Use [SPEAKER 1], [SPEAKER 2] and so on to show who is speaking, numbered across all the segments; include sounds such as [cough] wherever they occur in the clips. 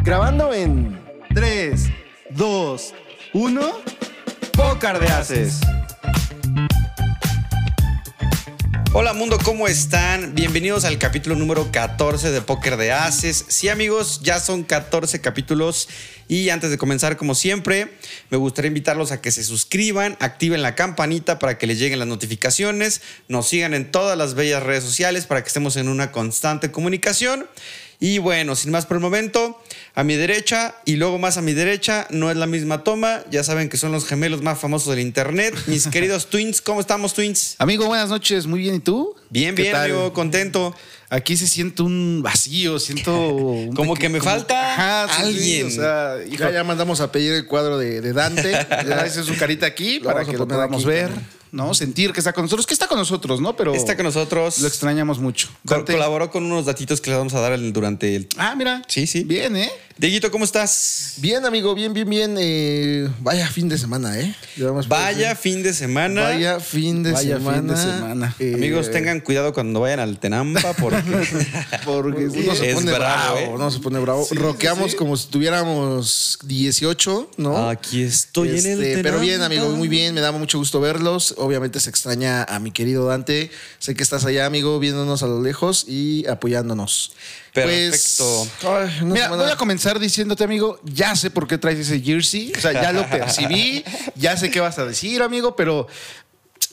[SPEAKER 1] Grabando en 3, 2, 1. Pócar de Haces.
[SPEAKER 2] Hola mundo, ¿cómo están? Bienvenidos al capítulo número 14 de Póker de Haces. Sí amigos, ya son 14 capítulos y antes de comenzar, como siempre, me gustaría invitarlos a que se suscriban, activen la campanita para que les lleguen las notificaciones, nos sigan en todas las bellas redes sociales para que estemos en una constante comunicación. Y bueno, sin más por el momento, a mi derecha y luego más a mi derecha, no es la misma toma, ya saben que son los gemelos más famosos del internet. Mis queridos twins, ¿cómo estamos twins?
[SPEAKER 1] Amigo, buenas noches. Muy bien, ¿y tú?
[SPEAKER 2] Bien,
[SPEAKER 1] ¿Qué
[SPEAKER 2] bien,
[SPEAKER 1] tal?
[SPEAKER 2] amigo, contento.
[SPEAKER 1] Aquí se siente un vacío,
[SPEAKER 2] [laughs]
[SPEAKER 1] siento. un
[SPEAKER 2] Como que me falta
[SPEAKER 1] Ajá, sí, sí,
[SPEAKER 2] alguien.
[SPEAKER 1] o sea, hijo,
[SPEAKER 3] Ya, ya mandamos a pedir el cuadro de, de
[SPEAKER 1] [laughs]
[SPEAKER 3] Dante.
[SPEAKER 1] ya hice su carita aquí
[SPEAKER 3] Lo
[SPEAKER 1] para
[SPEAKER 3] vamos a
[SPEAKER 1] que lo
[SPEAKER 3] poner
[SPEAKER 1] podamos
[SPEAKER 3] aquí
[SPEAKER 1] ver,
[SPEAKER 3] también.
[SPEAKER 1] ¿no? Sentir que está con nosotros, que está con nosotros, ¿no? Pero
[SPEAKER 2] Está con nosotros.
[SPEAKER 1] lo extrañamos mucho.
[SPEAKER 2] Co-
[SPEAKER 1] Dante-
[SPEAKER 2] Colaboró con unos datitos que le vamos a dar el- durante el.
[SPEAKER 1] Ah, mira.
[SPEAKER 2] Sí, sí.
[SPEAKER 1] Bien, ¿eh?
[SPEAKER 2] Dieguito, ¿cómo estás?
[SPEAKER 3] Bien, amigo, bien, bien, bien. eh, vaya fin de semana, ¿eh? Llevamos por
[SPEAKER 2] Vaya fin de
[SPEAKER 3] fin.
[SPEAKER 2] semana.
[SPEAKER 3] Vaya fin de
[SPEAKER 1] Vaya
[SPEAKER 3] semana.
[SPEAKER 1] fin de semana.
[SPEAKER 3] Eh,
[SPEAKER 2] Amigos, tengan cuidado cuando vayan al Tenampa [laughs] porque
[SPEAKER 1] Porque sí.
[SPEAKER 3] Uno se
[SPEAKER 2] Es
[SPEAKER 3] pone
[SPEAKER 2] bravo,
[SPEAKER 3] bravo,
[SPEAKER 2] ¿eh?
[SPEAKER 3] uno se pone bravo.
[SPEAKER 1] Sí, sí,
[SPEAKER 3] Roqueamos
[SPEAKER 1] sí.
[SPEAKER 3] como si tuviéramos 18, ¿no?
[SPEAKER 2] aquí Ah, estoy en el
[SPEAKER 3] Este,
[SPEAKER 2] Tenampa.
[SPEAKER 3] pero bien, amigo, muy bien, me da mucho gusto verlos. Obviamente se extraña a mi querido Dante. Sé que estás allá, amigo, viéndonos a lo lejos y apoyándonos.
[SPEAKER 2] Perfecto.
[SPEAKER 3] Pues, ay, una
[SPEAKER 1] Mira,
[SPEAKER 3] semana-
[SPEAKER 1] voy a comenzar diciéndote, amigo, ya sé por qué traes ese jersey. O sea, ya
[SPEAKER 2] [laughs]
[SPEAKER 1] lo percibí, ya sé qué vas a decir, amigo, pero.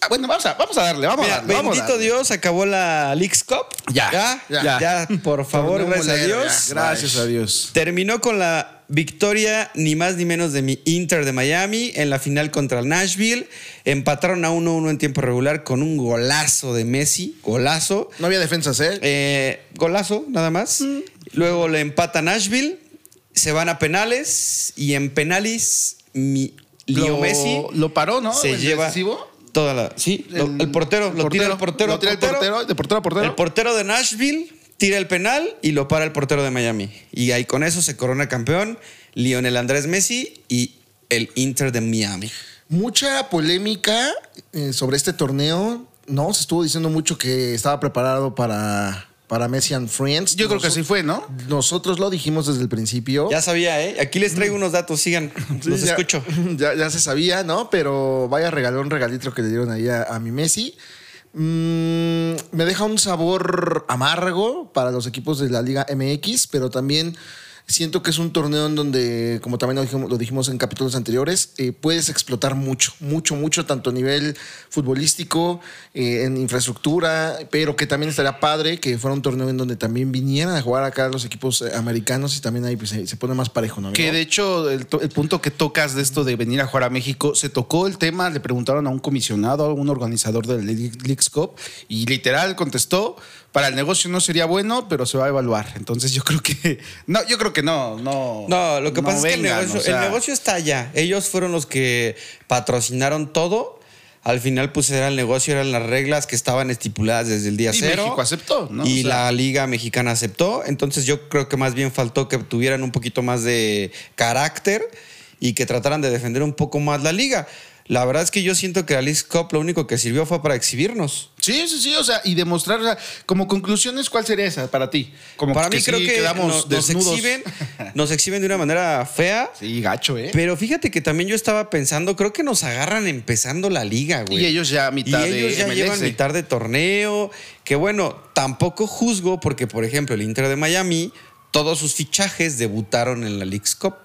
[SPEAKER 1] ah, Bueno, vamos a, vamos a darle, vamos
[SPEAKER 2] Mira,
[SPEAKER 1] a darle. vamos a
[SPEAKER 2] bendito
[SPEAKER 1] darle.
[SPEAKER 2] Dios, acabó la Leagues Cup.
[SPEAKER 1] Ya,
[SPEAKER 2] ya, ya.
[SPEAKER 1] ya.
[SPEAKER 2] por favor,
[SPEAKER 3] Torneo
[SPEAKER 2] gracias a
[SPEAKER 3] Molero,
[SPEAKER 2] Dios.
[SPEAKER 3] ya.
[SPEAKER 1] Gracias a Dios.
[SPEAKER 2] Terminó con la victoria ni más ni menos de mi Inter de Miami en la final contra el Nashville. Empataron a 1-1 en tiempo regular con un golazo de Messi, golazo.
[SPEAKER 3] No había defensas, ¿eh?
[SPEAKER 2] Eh, golazo, nada más.
[SPEAKER 1] Mm.
[SPEAKER 2] Luego le empata Nashville, se van a penales y en penales mi Leo
[SPEAKER 1] Lo-
[SPEAKER 2] Messi
[SPEAKER 1] Eh, Lo paró, ¿no?
[SPEAKER 2] se
[SPEAKER 1] ¿El
[SPEAKER 2] lleva
[SPEAKER 1] decisivo?
[SPEAKER 2] toda la sí, lo- el, portero, lo tira el portero,
[SPEAKER 1] Lo tira el portero, de portero a portero.
[SPEAKER 2] el portero de Nashville tira el penal y lo para el portero de Miami. Y ahí con eso se corona campeón Lionel Andrés Messi y el Inter de Miami.
[SPEAKER 3] Mucha polémica eh, sobre este torneo, ¿no? Se estuvo diciendo mucho que estaba preparado para, para Messi and Friends.
[SPEAKER 1] Yo creo que así fue, ¿no?
[SPEAKER 3] Noso- Nosotros lo dijimos desde el principio.
[SPEAKER 2] Ya sabía, ¿eh? Aquí les traigo unos datos, sigan,
[SPEAKER 3] Oh. Mm. [laughs] Sí,
[SPEAKER 2] los
[SPEAKER 3] ya-
[SPEAKER 2] escucho.
[SPEAKER 3] Ya, ya se sabía, ¿no? Pero vaya regalón, regalitro que le dieron ahí a, a mi Messi. Mm, me deja un sabor amargo para los equipos de la Liga MX, pero también siento que es un torneo en donde, como también lo dijimos, lo dijimos en capítulos anteriores, eh, puedes explotar mucho, mucho, mucho, tanto a nivel futbolístico, eh, en infraestructura, pero que también estaría padre que fuera un torneo en donde también vinieran a jugar acá los equipos eh, americanos y también ahí pues, se, se pone más parejo, ¿no? amigo?
[SPEAKER 1] Que de hecho, el, to- el punto que tocas de esto de venir a jugar a México, se tocó el tema, le preguntaron a un comisionado, a un organizador del Le- Leagues Cup, y literal contestó: para el negocio no sería bueno, pero se va a evaluar. Entonces yo creo que. [laughs] No, yo creo que no, no.
[SPEAKER 2] No, lo que
[SPEAKER 1] no
[SPEAKER 2] pasa es que el
[SPEAKER 1] vengan,
[SPEAKER 2] negocio,
[SPEAKER 1] o sea,
[SPEAKER 2] el negocio está allá. Ellos fueron los que patrocinaron todo. Al final, pues era el negocio, eran las reglas que estaban estipuladas desde el día
[SPEAKER 1] Y
[SPEAKER 2] cero.
[SPEAKER 1] México aceptó, ¿no?
[SPEAKER 2] Y
[SPEAKER 1] O sea-
[SPEAKER 2] la Liga Mexicana aceptó. Entonces, yo creo que más bien faltó que tuvieran un poquito más de carácter y que trataran de defender un poco más la Liga. La verdad es que yo siento que la League Cup lo único que sirvió fue para exhibirnos.
[SPEAKER 1] Sí, sí, sí, o sea, y demostrar, o sea, como conclusiones, ¿cuál sería esa para ti? Como
[SPEAKER 2] para mí, creo
[SPEAKER 1] sí
[SPEAKER 2] que
[SPEAKER 1] quedamos
[SPEAKER 2] nos, nos
[SPEAKER 1] desnudos. [laughs]
[SPEAKER 2] exhiben, nos exhiben de una manera fea.
[SPEAKER 1] Sí, gacho, ¿eh?
[SPEAKER 2] Pero fíjate que también yo estaba pensando, creo que nos agarran empezando la liga, güey.
[SPEAKER 1] Y ellos ya a mitad
[SPEAKER 2] Y
[SPEAKER 1] de
[SPEAKER 2] ellos ya
[SPEAKER 1] MLS.
[SPEAKER 2] llevan mitad de torneo. Que bueno, tampoco juzgo porque, por ejemplo, el Inter de Miami, todos sus fichajes debutaron en la Leagues Cup.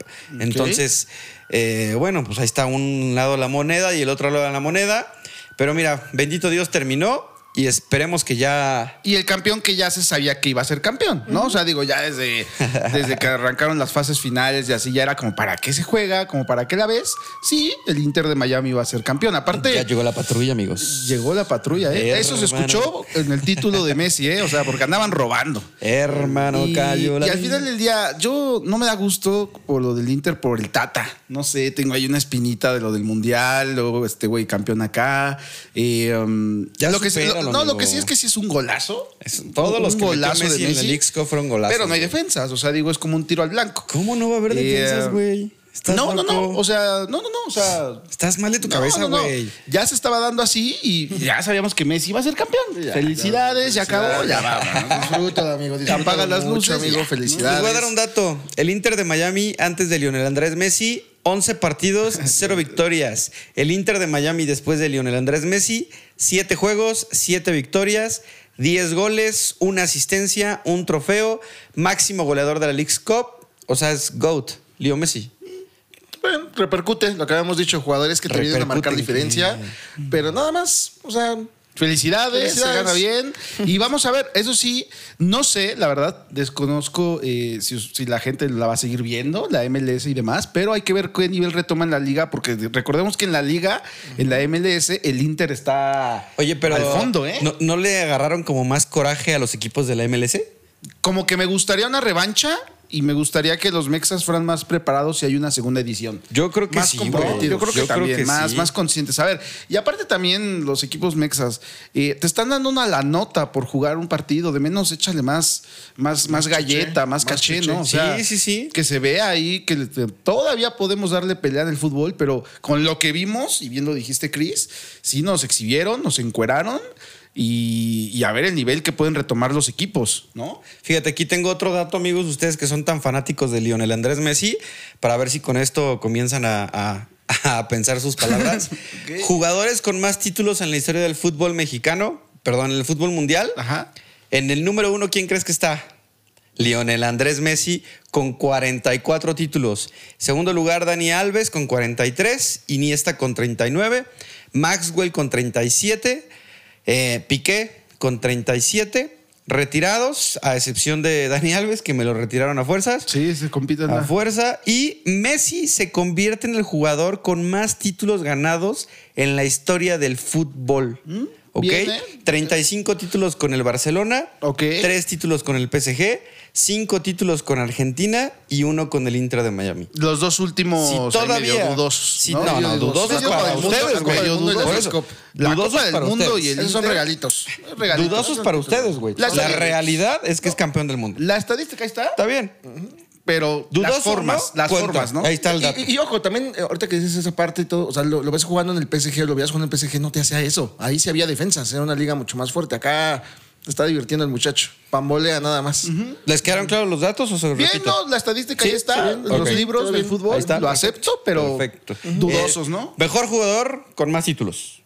[SPEAKER 2] Entonces, eh, bueno, pues ahí está un lado la moneda y el otro lado la moneda. Pero mira, bendito Dios terminó. y esperemos que ya
[SPEAKER 1] Y el campeón que ya se sabía que iba a ser campeón, ¿no? O sea, digo, ya desde, desde que arrancaron las fases finales y así, ya era como, ¿para qué se juega? Como, ¿para qué la ves? Sí, el Inter de Miami iba a ser campeón. Aparte,
[SPEAKER 2] ya llegó la patrulla, amigos.
[SPEAKER 1] llegó la patrulla, ¿eh?
[SPEAKER 2] Perro,
[SPEAKER 1] Eso se escuchó en el título de Messi, ¿eh? O sea, porque andaban robando.
[SPEAKER 2] Hermano,
[SPEAKER 1] y,
[SPEAKER 2] cayó la
[SPEAKER 1] y al final del día, yo no me da gusto por lo del Inter, por el Tata. No sé, tengo ahí una espinita de lo del Mundial, luego este güey campeón acá. Eh, um,
[SPEAKER 2] Ya
[SPEAKER 1] lo que sí-
[SPEAKER 2] supéralo,
[SPEAKER 1] lo- no, lo
[SPEAKER 2] amigo.
[SPEAKER 1] que sí es que sí es un golazo.
[SPEAKER 2] Es- todos
[SPEAKER 1] Un
[SPEAKER 2] los que metió
[SPEAKER 1] golazo
[SPEAKER 2] Messi
[SPEAKER 1] de
[SPEAKER 2] en
[SPEAKER 1] Messi.
[SPEAKER 2] el Leagues Cup fueron golazos,
[SPEAKER 1] Pero no hay
[SPEAKER 2] güey.
[SPEAKER 1] defensas, o sea, digo, es como un tiro al blanco.
[SPEAKER 2] ¿Cómo no va a haber
[SPEAKER 1] Eh,
[SPEAKER 2] defensas, güey? ¿Estás
[SPEAKER 1] No, no, no,
[SPEAKER 2] loco?
[SPEAKER 1] o sea, no, no, no, o sea...
[SPEAKER 2] Estás mal de tu
[SPEAKER 1] no,
[SPEAKER 2] cabeza,
[SPEAKER 1] no, no.
[SPEAKER 2] güey.
[SPEAKER 1] Ya se estaba dando así y ya sabíamos que Messi iba a ser campeón. felicidades, ya, acabó, ya vamos.
[SPEAKER 3] Disfrútalo, amigo. disfrútalo
[SPEAKER 1] Apaga las
[SPEAKER 3] mucho,
[SPEAKER 1] luces,
[SPEAKER 3] amigo.
[SPEAKER 1] ya.
[SPEAKER 3] Felicidades.
[SPEAKER 2] Les voy a dar un dato. El Inter de Miami, antes de Lionel Andrés Messi,
[SPEAKER 1] [laughs]
[SPEAKER 2] 11 partidos, 0 victorias. El Inter de Miami, después de Lionel Andrés Messi, 7 juegos, 7 victorias, 10 goles, una asistencia, un trofeo, máximo goleador de la League's Cup. O sea, es GOAT, Leo Messi.
[SPEAKER 3] Bueno, repercute, lo que habíamos dicho, jugadores que te vienen a marcar
[SPEAKER 2] Repercute,
[SPEAKER 3] diferencia, pero nada más, o sea,
[SPEAKER 1] Felicidades,
[SPEAKER 3] Felicidades.
[SPEAKER 1] se gana bien. Y vamos a ver, eso sí, no sé, la verdad, desconozco eh, si, si la gente la va a seguir viendo, la MLS y demás, pero hay que ver qué nivel retoma en la liga, porque recordemos que en la liga, en la MLS, el Inter está
[SPEAKER 2] Oye, pero.
[SPEAKER 1] al fondo, ¿eh?
[SPEAKER 2] ¿no, no le agarraron como más coraje a los equipos de la MLS?
[SPEAKER 1] Como que me gustaría una revancha y me gustaría que los Mexas fueran más preparados si hay una segunda edición.
[SPEAKER 2] Yo creo que
[SPEAKER 1] más
[SPEAKER 2] sí,
[SPEAKER 1] comprometidos.
[SPEAKER 2] güey.
[SPEAKER 1] Yo creo que también, más,
[SPEAKER 2] sí.
[SPEAKER 1] más conscientes. A ver, y aparte también los equipos mexas, eh, te están dando una la nota por jugar un partido, de menos échale más, más, más galleta, más,
[SPEAKER 3] más
[SPEAKER 1] caché,
[SPEAKER 3] caché.
[SPEAKER 1] ¿no? O
[SPEAKER 2] Sí,
[SPEAKER 1] sea,
[SPEAKER 2] sí, sí.
[SPEAKER 1] Que se vea ahí que le- te- todavía podemos darle pelea en el fútbol, pero con lo que vimos, y bien lo dijiste, Chris, sí nos exhibieron, nos encueraron. Y, y a ver el nivel que pueden retomar los equipos, ¿no?
[SPEAKER 2] Fíjate, aquí tengo otro dato, amigos, ustedes que son tan fanáticos de Lionel Andrés Messi, para ver si con esto comienzan a, [laughs] a- a pensar sus palabras. Jugadores con más títulos en la historia del fútbol mexicano, perdón, en el fútbol mundial.
[SPEAKER 1] Ajá.
[SPEAKER 2] En el número uno, ¿quién crees que está? Lionel Andrés Messi con 44 títulos. Segundo lugar, Dani Alves con 43. Iniesta con 39. Maxwell con 37. eh, Piqué con 37. Retirados, a excepción de Dani Alves, que me lo retiraron a fuerzas.
[SPEAKER 1] Sí, se compiten.
[SPEAKER 2] A fuerza. Y Messi se convierte en el jugador con más títulos ganados en la historia del fútbol. ¿Ok?
[SPEAKER 1] bien, ¿eh?
[SPEAKER 2] 35 títulos con el Barcelona.
[SPEAKER 1] Ok.
[SPEAKER 2] 3 títulos con el PSG. 5 títulos con Argentina. Y uno con el Inter de Miami.
[SPEAKER 1] Los dos últimos
[SPEAKER 2] Si
[SPEAKER 1] ahí
[SPEAKER 2] todavía-
[SPEAKER 1] medio dudosos.
[SPEAKER 2] si- no, no, dudosos
[SPEAKER 1] Medio
[SPEAKER 3] para
[SPEAKER 1] del mundo,
[SPEAKER 3] ustedes, güey.
[SPEAKER 1] medio
[SPEAKER 3] Dudosos.
[SPEAKER 1] dudosos.
[SPEAKER 3] Por eso,
[SPEAKER 1] La
[SPEAKER 2] dudosos
[SPEAKER 1] Copa del
[SPEAKER 2] para
[SPEAKER 1] Mundo
[SPEAKER 2] ustedes.
[SPEAKER 1] y el
[SPEAKER 3] esos son
[SPEAKER 1] Inter-
[SPEAKER 3] regalitos. regalitos.
[SPEAKER 2] Dudosos para ustedes, güey.
[SPEAKER 1] La-
[SPEAKER 2] La realidad es que es campeón del mundo.
[SPEAKER 1] La Mm. estadística ahí está,
[SPEAKER 2] Está bien.
[SPEAKER 1] pero
[SPEAKER 2] Dudoso,
[SPEAKER 1] las formas,
[SPEAKER 2] ¿no?
[SPEAKER 1] las
[SPEAKER 2] Cuenta.
[SPEAKER 1] formas, ¿no?
[SPEAKER 2] Ahí está el dato.
[SPEAKER 3] Y, y- y ojo, también eh, ahorita que dices esa parte y todo, o sea, lo, lo ves jugando en el PSG, lo veías jugando en el PSG, no te hacía eso. Ahí sí había defensas, era una liga mucho más fuerte. Acá te está divirtiendo el muchacho. Pambolea nada más.
[SPEAKER 2] ¿Les quedaron claros los datos o se los
[SPEAKER 1] Bien,
[SPEAKER 2] repito?
[SPEAKER 1] no, la estadística
[SPEAKER 2] Sí,
[SPEAKER 1] ahí está,
[SPEAKER 2] sí, bien.
[SPEAKER 1] los
[SPEAKER 2] Ok.
[SPEAKER 1] libros del fútbol,
[SPEAKER 2] Ahí está.
[SPEAKER 1] lo acepto, pero
[SPEAKER 2] Perfecto.
[SPEAKER 1] dudosos,
[SPEAKER 2] Eh,
[SPEAKER 1] ¿no?
[SPEAKER 2] Mejor jugador con más títulos.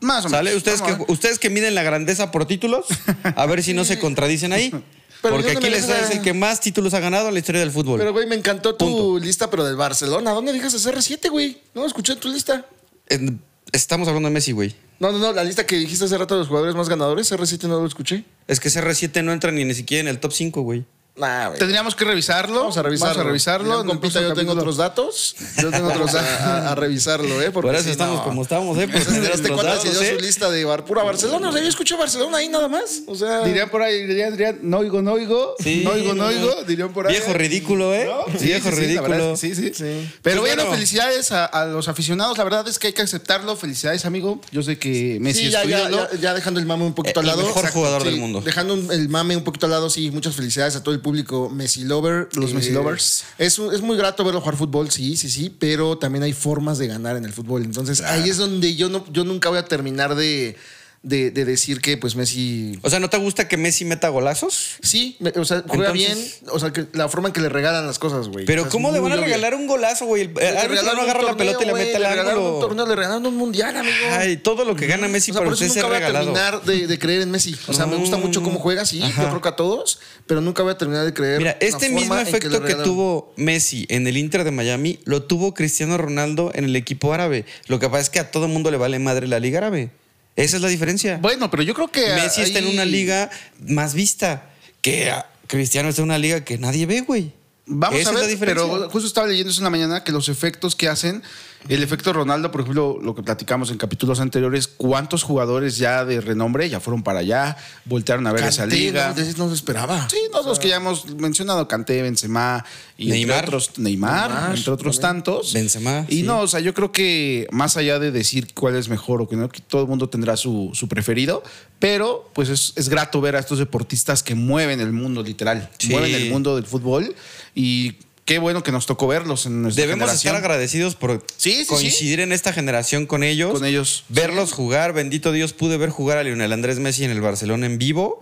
[SPEAKER 1] Más o menos.
[SPEAKER 2] ¿Sale? Ustedes que,
[SPEAKER 1] Vamos a ver.
[SPEAKER 2] ustedes que miden la grandeza por títulos, a ver si no se contradicen ahí.
[SPEAKER 3] Pero
[SPEAKER 2] Porque
[SPEAKER 3] ¿dónde
[SPEAKER 2] aquí
[SPEAKER 3] me
[SPEAKER 2] les
[SPEAKER 3] dejas?
[SPEAKER 2] es el que más títulos ha ganado en la historia del fútbol.
[SPEAKER 3] Pero, güey, me encantó tu
[SPEAKER 2] Punto.
[SPEAKER 3] lista, pero del Barcelona. ¿Dónde dejas a CR7, güey? No escuché tu lista.
[SPEAKER 2] Eh, Estamos hablando de Messi, güey.
[SPEAKER 3] No, no, no, la lista que dijiste hace rato de los jugadores más ganadores, CR7 no lo escuché.
[SPEAKER 2] Es que CR7 no entra ni, ni siquiera en el top 5, güey.
[SPEAKER 3] Nah, güey.
[SPEAKER 1] Tendríamos que revisarlo.
[SPEAKER 3] Vamos a revisarlo.
[SPEAKER 1] Vamos a revisarlo.
[SPEAKER 3] Mira,
[SPEAKER 1] en el
[SPEAKER 3] compita, yo
[SPEAKER 1] próximo
[SPEAKER 3] tengo
[SPEAKER 1] capítulo.
[SPEAKER 3] otros datos. Yo tengo otros [laughs] a, a- a revisarlo, ¿eh? Porque
[SPEAKER 2] Por eso
[SPEAKER 3] si
[SPEAKER 2] estamos
[SPEAKER 3] no.
[SPEAKER 2] como estamos,
[SPEAKER 3] [laughs]
[SPEAKER 2] ¿eh? Por
[SPEAKER 3] Entonces,
[SPEAKER 2] tener
[SPEAKER 3] este
[SPEAKER 2] los
[SPEAKER 3] cuate
[SPEAKER 2] datos,
[SPEAKER 3] se dio
[SPEAKER 2] ¿eh?
[SPEAKER 3] su lista de bar, pura Barcelona. O sea, yo escuché Barcelona ahí nada más. O sea,
[SPEAKER 1] Dirían por ahí, dirían, dirían, no oigo, no oigo,
[SPEAKER 2] Sí,
[SPEAKER 1] no oigo, no
[SPEAKER 2] no, no.
[SPEAKER 1] oigo, dirían por ahí.
[SPEAKER 2] Viejo ridículo, ¿eh?
[SPEAKER 1] ¿No? Sí,
[SPEAKER 2] Viejo
[SPEAKER 1] sí, sí, la verdad
[SPEAKER 2] ridículo.
[SPEAKER 1] es que sí, sí.
[SPEAKER 3] Sí.
[SPEAKER 1] Pero
[SPEAKER 2] Pues
[SPEAKER 1] bueno,
[SPEAKER 2] bueno.
[SPEAKER 1] felicidades a, a los aficionados. La verdad es que hay que aceptarlo. Felicidades, amigo. Yo sé que Messi
[SPEAKER 3] sí,
[SPEAKER 1] es
[SPEAKER 3] ya,
[SPEAKER 1] tu
[SPEAKER 3] ya,
[SPEAKER 1] ídolo.
[SPEAKER 3] ya- ya dejando el mame un poquito
[SPEAKER 2] El
[SPEAKER 3] al lado.
[SPEAKER 2] mejor jugador del mundo.
[SPEAKER 3] Dejando un- el mame un poquito al lado, sí. Muchas felicidades a todo el público Messi Lover.
[SPEAKER 1] Los Messi lovers.
[SPEAKER 3] Es, un- es muy grato verlo jugar fútbol, sí, sí, sí. Pero también hay formas de ganar en el fútbol. Entonces, ahí es donde yo, no, yo nunca voy a terminar de, de- de decir que pues Messi
[SPEAKER 2] O sea, ¿no te gusta que Messi meta golazos?
[SPEAKER 3] Sí, me- o sea, juega
[SPEAKER 2] Entonces-
[SPEAKER 3] bien. O sea, que la forma en que le regalan las cosas, güey.
[SPEAKER 2] Pero
[SPEAKER 3] O sea, es
[SPEAKER 2] ¿cómo le
[SPEAKER 3] muy
[SPEAKER 2] van a
[SPEAKER 3] obvio.
[SPEAKER 2] regalar un golazo, güey? El
[SPEAKER 3] Le
[SPEAKER 2] árbitro
[SPEAKER 3] regalaron
[SPEAKER 2] no
[SPEAKER 3] un
[SPEAKER 2] agarra la
[SPEAKER 3] torneo,
[SPEAKER 2] pelota y le
[SPEAKER 3] güey,
[SPEAKER 2] mete al
[SPEAKER 3] le regalaron
[SPEAKER 2] ángulo.
[SPEAKER 3] un torneo, le regalaron un mundial, amigo.
[SPEAKER 2] Ay, todo lo que gana Messi
[SPEAKER 3] o sea,
[SPEAKER 2] para
[SPEAKER 3] por eso
[SPEAKER 2] usted se
[SPEAKER 3] nunca
[SPEAKER 2] ha
[SPEAKER 3] voy a
[SPEAKER 2] regalado.
[SPEAKER 3] terminar de, de creer en Messi. O sea, me gusta
[SPEAKER 2] No.
[SPEAKER 3] mucho cómo juega, sí, yo creo que a todos, pero nunca voy a terminar de creer.
[SPEAKER 2] Mira,
[SPEAKER 3] la
[SPEAKER 2] este
[SPEAKER 3] forma
[SPEAKER 2] mismo
[SPEAKER 3] en le
[SPEAKER 2] efecto que
[SPEAKER 3] regalan.
[SPEAKER 2] tuvo Messi en el Inter de Miami lo tuvo Cristiano Ronaldo en el equipo árabe. Lo que pasa es que a todo mundo le vale madre la Liga Árabe. Esa es la diferencia.
[SPEAKER 1] Bueno, pero yo creo que.
[SPEAKER 2] Messi está en
[SPEAKER 1] ahí-
[SPEAKER 2] una liga más vista que ah, Cristiano está en una liga que nadie ve, güey.
[SPEAKER 1] Vamos
[SPEAKER 2] Esa
[SPEAKER 1] a
[SPEAKER 2] es la
[SPEAKER 1] ver,
[SPEAKER 2] diferencia.
[SPEAKER 1] pero pues, justo estaba leyendo eso en la mañana que los efectos que hacen, el efecto Ronaldo, por ejemplo, lo que platicamos en capítulos anteriores, cuántos jugadores ya de renombre ya fueron para allá, voltearon a ver esa
[SPEAKER 3] Kanté,
[SPEAKER 1] liga.
[SPEAKER 3] No, de- no se esperaba.
[SPEAKER 1] Sí, no, los que ya hemos mencionado, Kanté, Benzema y
[SPEAKER 2] Neymar.
[SPEAKER 1] entre otros Neymar,
[SPEAKER 3] Neymar,
[SPEAKER 1] entre otros tantos.
[SPEAKER 2] Benzema,
[SPEAKER 1] Y
[SPEAKER 2] sí.
[SPEAKER 1] no, o sea, yo creo que más allá de decir cuál es mejor o que no, que todo el mundo tendrá su, su preferido, pero pues es, es grato ver a estos deportistas que mueven el mundo, literal,
[SPEAKER 2] Sí.
[SPEAKER 1] mueven el mundo del fútbol y qué bueno que nos tocó verlos en nuestra
[SPEAKER 2] Debemos
[SPEAKER 1] generación.
[SPEAKER 2] estar agradecidos por
[SPEAKER 1] Sí, sí, sí.
[SPEAKER 2] coincidir en esta generación con ellos.
[SPEAKER 1] Con ellos.
[SPEAKER 2] Verlos jugar. Bendito Dios, pude ver jugar a Lionel Andrés Messi en el Barcelona en vivo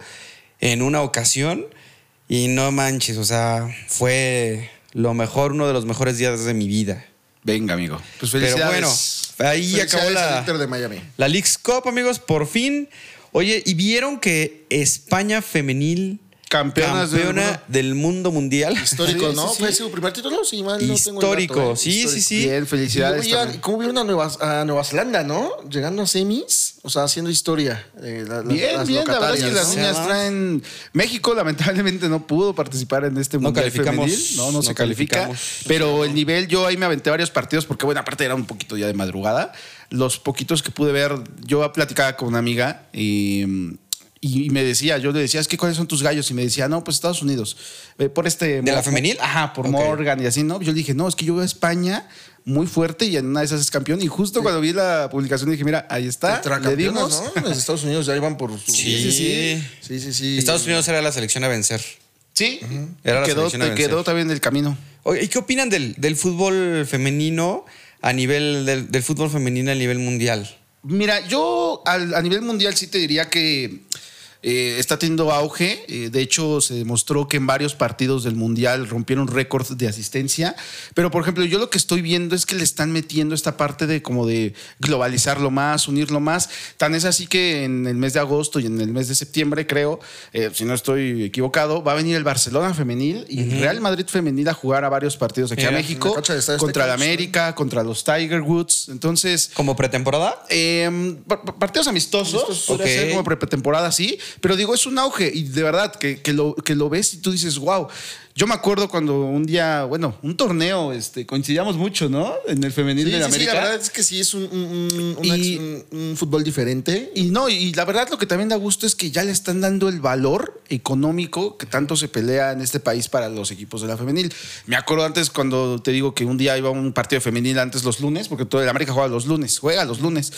[SPEAKER 2] en una ocasión. Y no manches, o sea, fue lo mejor, uno de los mejores días de mi vida.
[SPEAKER 1] Venga, amigo. Pues
[SPEAKER 2] Pero
[SPEAKER 1] felicidades.
[SPEAKER 2] bueno, ahí acabó
[SPEAKER 3] Felicidades al
[SPEAKER 2] la,
[SPEAKER 3] Inter de Miami.
[SPEAKER 2] la Leagues Cup, amigos, por fin. Oye, ¿y vieron que España femenil
[SPEAKER 1] Campeonas del
[SPEAKER 2] campeona
[SPEAKER 1] mundo.
[SPEAKER 2] del mundo mundial?
[SPEAKER 3] Histórico,
[SPEAKER 1] Sí,
[SPEAKER 3] ¿no? Pues,
[SPEAKER 1] sí, sí.
[SPEAKER 3] ¿Fue su primer título? Sí, mal, no tengo el
[SPEAKER 2] Histórico,
[SPEAKER 3] dato, ¿eh?
[SPEAKER 2] sí, sí, sí.
[SPEAKER 1] Bien, felicidades.
[SPEAKER 3] ¿Cómo
[SPEAKER 1] también.
[SPEAKER 3] vieron- ¿Cómo vieron a Nueva, a Nueva Zelanda, no? Llegando a semis, o sea, haciendo historia. eh, la- la-
[SPEAKER 1] Bien,
[SPEAKER 3] las
[SPEAKER 1] bien, la verdad es que
[SPEAKER 3] locatarias,
[SPEAKER 1] las
[SPEAKER 3] ¿no?
[SPEAKER 1] niñas
[SPEAKER 2] Ajá.
[SPEAKER 1] traen. México lamentablemente no pudo participar en este
[SPEAKER 2] No
[SPEAKER 1] mundial
[SPEAKER 2] calificamos,
[SPEAKER 1] femenil. No, no,
[SPEAKER 2] no
[SPEAKER 1] se califica.
[SPEAKER 2] calificamos.
[SPEAKER 1] Pero el nivel, yo ahí me aventé varios partidos porque, bueno, aparte era un poquito ya de madrugada. Los poquitos que pude ver, yo platicaba con una amiga y. y- y me decía, yo le decía, es que cuáles son tus gallos. Y me decía, no, pues Estados Unidos. eh, por este.
[SPEAKER 2] ¿De la
[SPEAKER 1] Mo-
[SPEAKER 2] femenil?
[SPEAKER 1] Ajá, por
[SPEAKER 2] Ok.
[SPEAKER 1] Morgan y así, ¿no? Yo le dije, no, es que yo veo a España muy fuerte y en una de esas es campeón. Y justo cuando vi la publicación dije, mira, ahí está. Le
[SPEAKER 3] Tetracampeonas,
[SPEAKER 1] dimos.
[SPEAKER 3] ¿no? Los Estados Unidos ya iban por su...
[SPEAKER 2] Sí.
[SPEAKER 3] sí, sí. Sí, sí, sí.
[SPEAKER 2] Estados Unidos era la selección a vencer.
[SPEAKER 1] Sí,
[SPEAKER 2] Era la
[SPEAKER 1] quedó,
[SPEAKER 2] selección a
[SPEAKER 1] te
[SPEAKER 2] vencer.
[SPEAKER 1] quedó también el camino.
[SPEAKER 2] Oye, ¿Y qué opinan del, del fútbol femenino a nivel del, del fútbol femenino a nivel mundial?
[SPEAKER 1] Mira, yo al- a nivel mundial sí te diría que eh, está teniendo auge. Eh, de hecho, se demostró que en varios partidos del mundial rompieron récords de asistencia. Pero, por ejemplo, yo lo que estoy viendo es que le están metiendo esta parte de como de globalizarlo más, unirlo más. Tan es así que en el mes de agosto y en el mes de septiembre, creo, eh, si no estoy equivocado, va a venir el Barcelona femenil y el Real Madrid femenil a jugar a varios partidos aquí
[SPEAKER 2] Mira,
[SPEAKER 1] a
[SPEAKER 2] en la
[SPEAKER 1] México
[SPEAKER 3] cancha del Estadio
[SPEAKER 1] contra el
[SPEAKER 3] Azteca, ¿no?
[SPEAKER 1] América, contra los Tiger Woods. Entonces,
[SPEAKER 2] ¿Como pretemporada?
[SPEAKER 1] eh, pa- pa- partidos amistosos,
[SPEAKER 3] Amistosos,
[SPEAKER 1] podría
[SPEAKER 2] ok.
[SPEAKER 1] ser como pretemporada, sí, pero digo, es un auge y de verdad que, que lo, que lo ves y tú dices, wow. Yo me acuerdo cuando un día, bueno, un torneo, este, coincidíamos mucho, ¿no? En el femenil
[SPEAKER 3] Sí,
[SPEAKER 1] de
[SPEAKER 3] sí, sí,
[SPEAKER 1] América.
[SPEAKER 3] la verdad es que sí es un, un- un- un
[SPEAKER 1] Y-
[SPEAKER 3] ex- un- un fútbol diferente.
[SPEAKER 1] y no, y la verdad lo que también da gusto es que ya le están dando el valor económico que tanto se pelea en este país para los equipos de la femenil. Me acuerdo antes cuando te digo que un día iba a un partido femenil antes los lunes, porque todo el América juega los lunes, juega los lunes.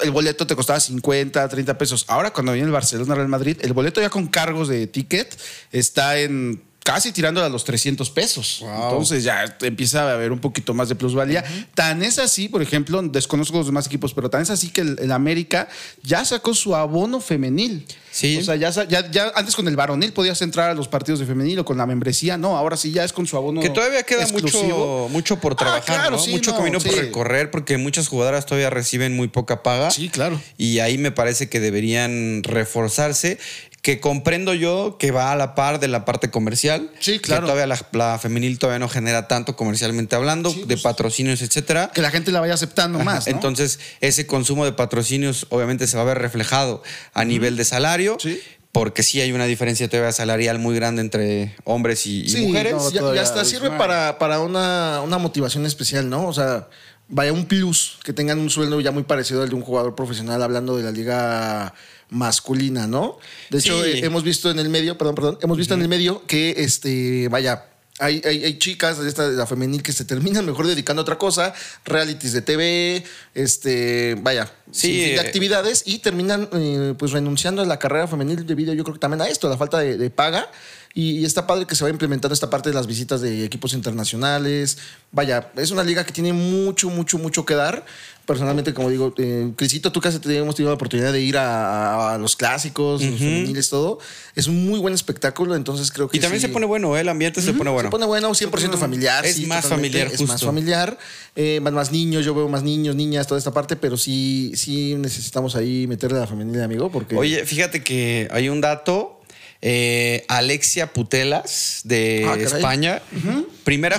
[SPEAKER 1] El boleto te costaba 50, 30 pesos. Ahora cuando viene el Barcelona Real Madrid, el boleto ya con cargos de ticket está en casi tirando a los 300 pesos. Entonces ya empieza a haber un poquito más de plusvalía. Tan es así, por ejemplo, desconozco los demás equipos, pero tan es así que el, el América ya sacó su abono femenil.
[SPEAKER 2] Sí.
[SPEAKER 1] O sea, ya, sa- ya, ya antes con el varonil podías entrar a los partidos de femenil o con la membresía. No, ahora sí ya es con su abono.
[SPEAKER 2] Que todavía queda
[SPEAKER 1] exclusivo.
[SPEAKER 2] mucho, mucho por
[SPEAKER 1] Ah,
[SPEAKER 2] trabajar,
[SPEAKER 1] claro,
[SPEAKER 2] ¿no?
[SPEAKER 1] sí,
[SPEAKER 2] mucho
[SPEAKER 1] no,
[SPEAKER 2] camino por
[SPEAKER 1] sí.
[SPEAKER 2] recorrer, porque muchas jugadoras todavía reciben muy poca paga.
[SPEAKER 1] Sí, claro.
[SPEAKER 2] Y ahí me parece que deberían reforzarse, que comprendo yo que va a la par de la parte comercial.
[SPEAKER 1] Sí,
[SPEAKER 2] que
[SPEAKER 1] claro.
[SPEAKER 2] todavía la, la femenil todavía no genera tanto comercialmente hablando, de
[SPEAKER 1] pues
[SPEAKER 2] patrocinios, etcétera.
[SPEAKER 1] Que la gente la vaya aceptando
[SPEAKER 2] Ajá,
[SPEAKER 1] más. ¿no?
[SPEAKER 2] Entonces, ese consumo de patrocinios obviamente se va a ver reflejado a nivel de salario.
[SPEAKER 1] Sí.
[SPEAKER 2] Porque sí hay una diferencia todavía salarial muy grande entre hombres y, y
[SPEAKER 3] Sí,
[SPEAKER 2] mujeres.
[SPEAKER 1] no,
[SPEAKER 3] ya,
[SPEAKER 1] todavía
[SPEAKER 3] ya hasta
[SPEAKER 1] es
[SPEAKER 3] sirve
[SPEAKER 1] más.
[SPEAKER 3] para, para una, una motivación especial, ¿no? O sea, vaya un plus, que tengan un sueldo ya muy parecido al de un jugador profesional, hablando de la liga masculina, ¿no? De hecho,
[SPEAKER 2] Sí.
[SPEAKER 3] eh, hemos visto en el medio, perdón, perdón, hemos visto en el medio que, este, vaya, hay, hay, hay chicas de esta de la femenil que se terminan mejor dedicando a otra cosa, realities de TV, este, vaya,
[SPEAKER 2] Sí,
[SPEAKER 3] sin fin de
[SPEAKER 2] eh.
[SPEAKER 3] actividades y terminan eh, pues renunciando a la carrera femenil debido yo creo que también a esto, a la falta de, de paga. Y, y está padre que se va implementando esta parte de las visitas de equipos internacionales. Vaya, es una liga que tiene mucho, mucho, mucho que dar. Personalmente, como digo, eh, Crisito, tú casi te hemos tenido la oportunidad de ir a, a los clásicos, los femeniles, todo. Es un muy buen espectáculo, entonces creo que
[SPEAKER 2] Y también
[SPEAKER 3] sí.
[SPEAKER 2] se pone bueno, ¿eh? el ambiente se pone bueno.
[SPEAKER 3] Se pone bueno, 100% familiar.
[SPEAKER 2] Es más
[SPEAKER 3] totalmente,
[SPEAKER 2] familiar,
[SPEAKER 3] Es más
[SPEAKER 2] justo.
[SPEAKER 3] familiar. Eh, van más niños, yo veo más niños, niñas, toda esta parte, pero sí, sí necesitamos ahí meterle a la familia, amigo, porque.
[SPEAKER 2] Oye, fíjate que hay un dato. eh, Alexia Putelas de
[SPEAKER 3] Ah, caray.
[SPEAKER 2] España, primera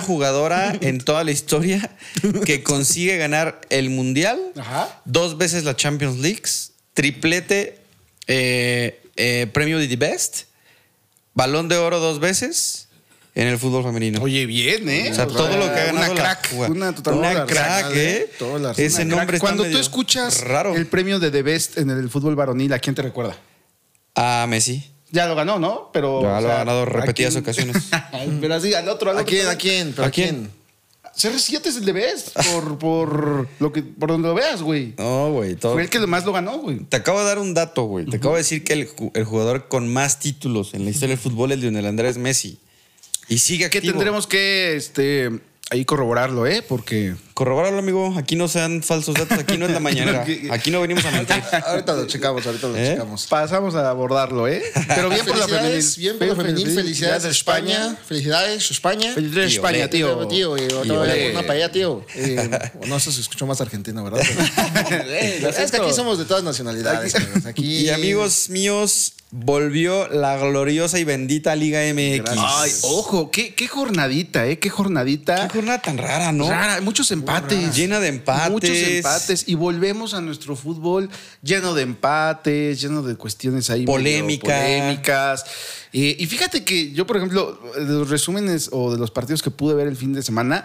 [SPEAKER 1] [laughs]
[SPEAKER 2] jugadora en toda la historia que consigue ganar el Mundial,
[SPEAKER 1] Ajá.
[SPEAKER 2] dos veces la Champions League triplete, eh, eh, premio de The Best, balón de oro dos veces en el fútbol femenino.
[SPEAKER 1] Oye, bien, ¿eh?
[SPEAKER 2] o sea, todo lo que ha ganado
[SPEAKER 1] Una
[SPEAKER 2] la
[SPEAKER 1] crack.
[SPEAKER 2] jugada.
[SPEAKER 3] una total-
[SPEAKER 2] Una
[SPEAKER 3] toda la
[SPEAKER 2] crack,
[SPEAKER 3] arsenal,
[SPEAKER 2] ¿eh?
[SPEAKER 3] ¿eh? Todo el arsenal.
[SPEAKER 2] Ese
[SPEAKER 3] Una
[SPEAKER 2] nombre está
[SPEAKER 1] Cuando tú
[SPEAKER 2] medio
[SPEAKER 1] escuchas
[SPEAKER 2] raro.
[SPEAKER 1] el premio de The Best en el fútbol varonil, ¿a quién te recuerda?
[SPEAKER 2] Ah, Messi.
[SPEAKER 1] Ya lo ganó, ¿no? Pero.
[SPEAKER 2] Ya
[SPEAKER 1] o
[SPEAKER 2] lo
[SPEAKER 1] sea,
[SPEAKER 2] ha ganado
[SPEAKER 1] ¿a
[SPEAKER 2] repetidas
[SPEAKER 1] quién? [laughs]
[SPEAKER 2] ocasiones.
[SPEAKER 1] Pero así, al otro, al
[SPEAKER 3] ¿A
[SPEAKER 1] otro.
[SPEAKER 3] quién? ¿A quién? ¿Pero
[SPEAKER 2] ¿A
[SPEAKER 3] a quién?
[SPEAKER 1] CR7 es el de Best por, por, lo que, por donde lo veas, güey.
[SPEAKER 2] No, güey, todo.
[SPEAKER 1] Fue el que más lo ganó, güey.
[SPEAKER 2] Te acabo de dar un dato, güey. Te acabo de decir que el, ju- el jugador con más títulos en la historia del fútbol es Lionel Andrés Messi. Y sigue
[SPEAKER 1] Que
[SPEAKER 2] activo.
[SPEAKER 1] tendremos que este, ahí corroborarlo, ¿eh? Porque.
[SPEAKER 2] Corrobóralo, amigo. Aquí no sean falsos datos. Aquí no
[SPEAKER 1] [laughs]
[SPEAKER 2] es la mañanera. Aquí no venimos a mentir.
[SPEAKER 3] Ahorita lo checamos, ahorita lo
[SPEAKER 2] ¿Eh?
[SPEAKER 3] checamos.
[SPEAKER 1] Pasamos a abordarlo,
[SPEAKER 2] [laughs]
[SPEAKER 1] ¿eh? Pero bien por la femenil.
[SPEAKER 3] Felicidades, bien por la femenil. Felicidades a España. Felicidades España.
[SPEAKER 1] Felicidades
[SPEAKER 2] Y
[SPEAKER 1] España,
[SPEAKER 2] olé.
[SPEAKER 1] tío.
[SPEAKER 3] tío. y otra
[SPEAKER 1] Y olé.
[SPEAKER 3] vez una para allá, tío. Eh, no, eso se escuchó más argentino, ¿verdad? eh,
[SPEAKER 1] lo
[SPEAKER 3] es que
[SPEAKER 1] siento.
[SPEAKER 3] aquí somos de todas nacionalidades. amigos. Aquí,
[SPEAKER 2] [laughs] Y amigos míos, volvió la gloriosa y bendita Liga MX.
[SPEAKER 1] Ay, ojo, qué, qué jornadita, ¿eh? Qué jornadita.
[SPEAKER 2] Qué jornada tan rara, ¿no?
[SPEAKER 1] Rara, muchos empates.
[SPEAKER 2] Llena de empates.
[SPEAKER 1] Muchos empates. Y volvemos a nuestro fútbol lleno de empates, lleno de cuestiones ahí. medio
[SPEAKER 2] Polémica.
[SPEAKER 1] Polémicas. Eh, y fíjate que yo, por ejemplo, de los resúmenes o de los partidos que pude ver el fin de semana,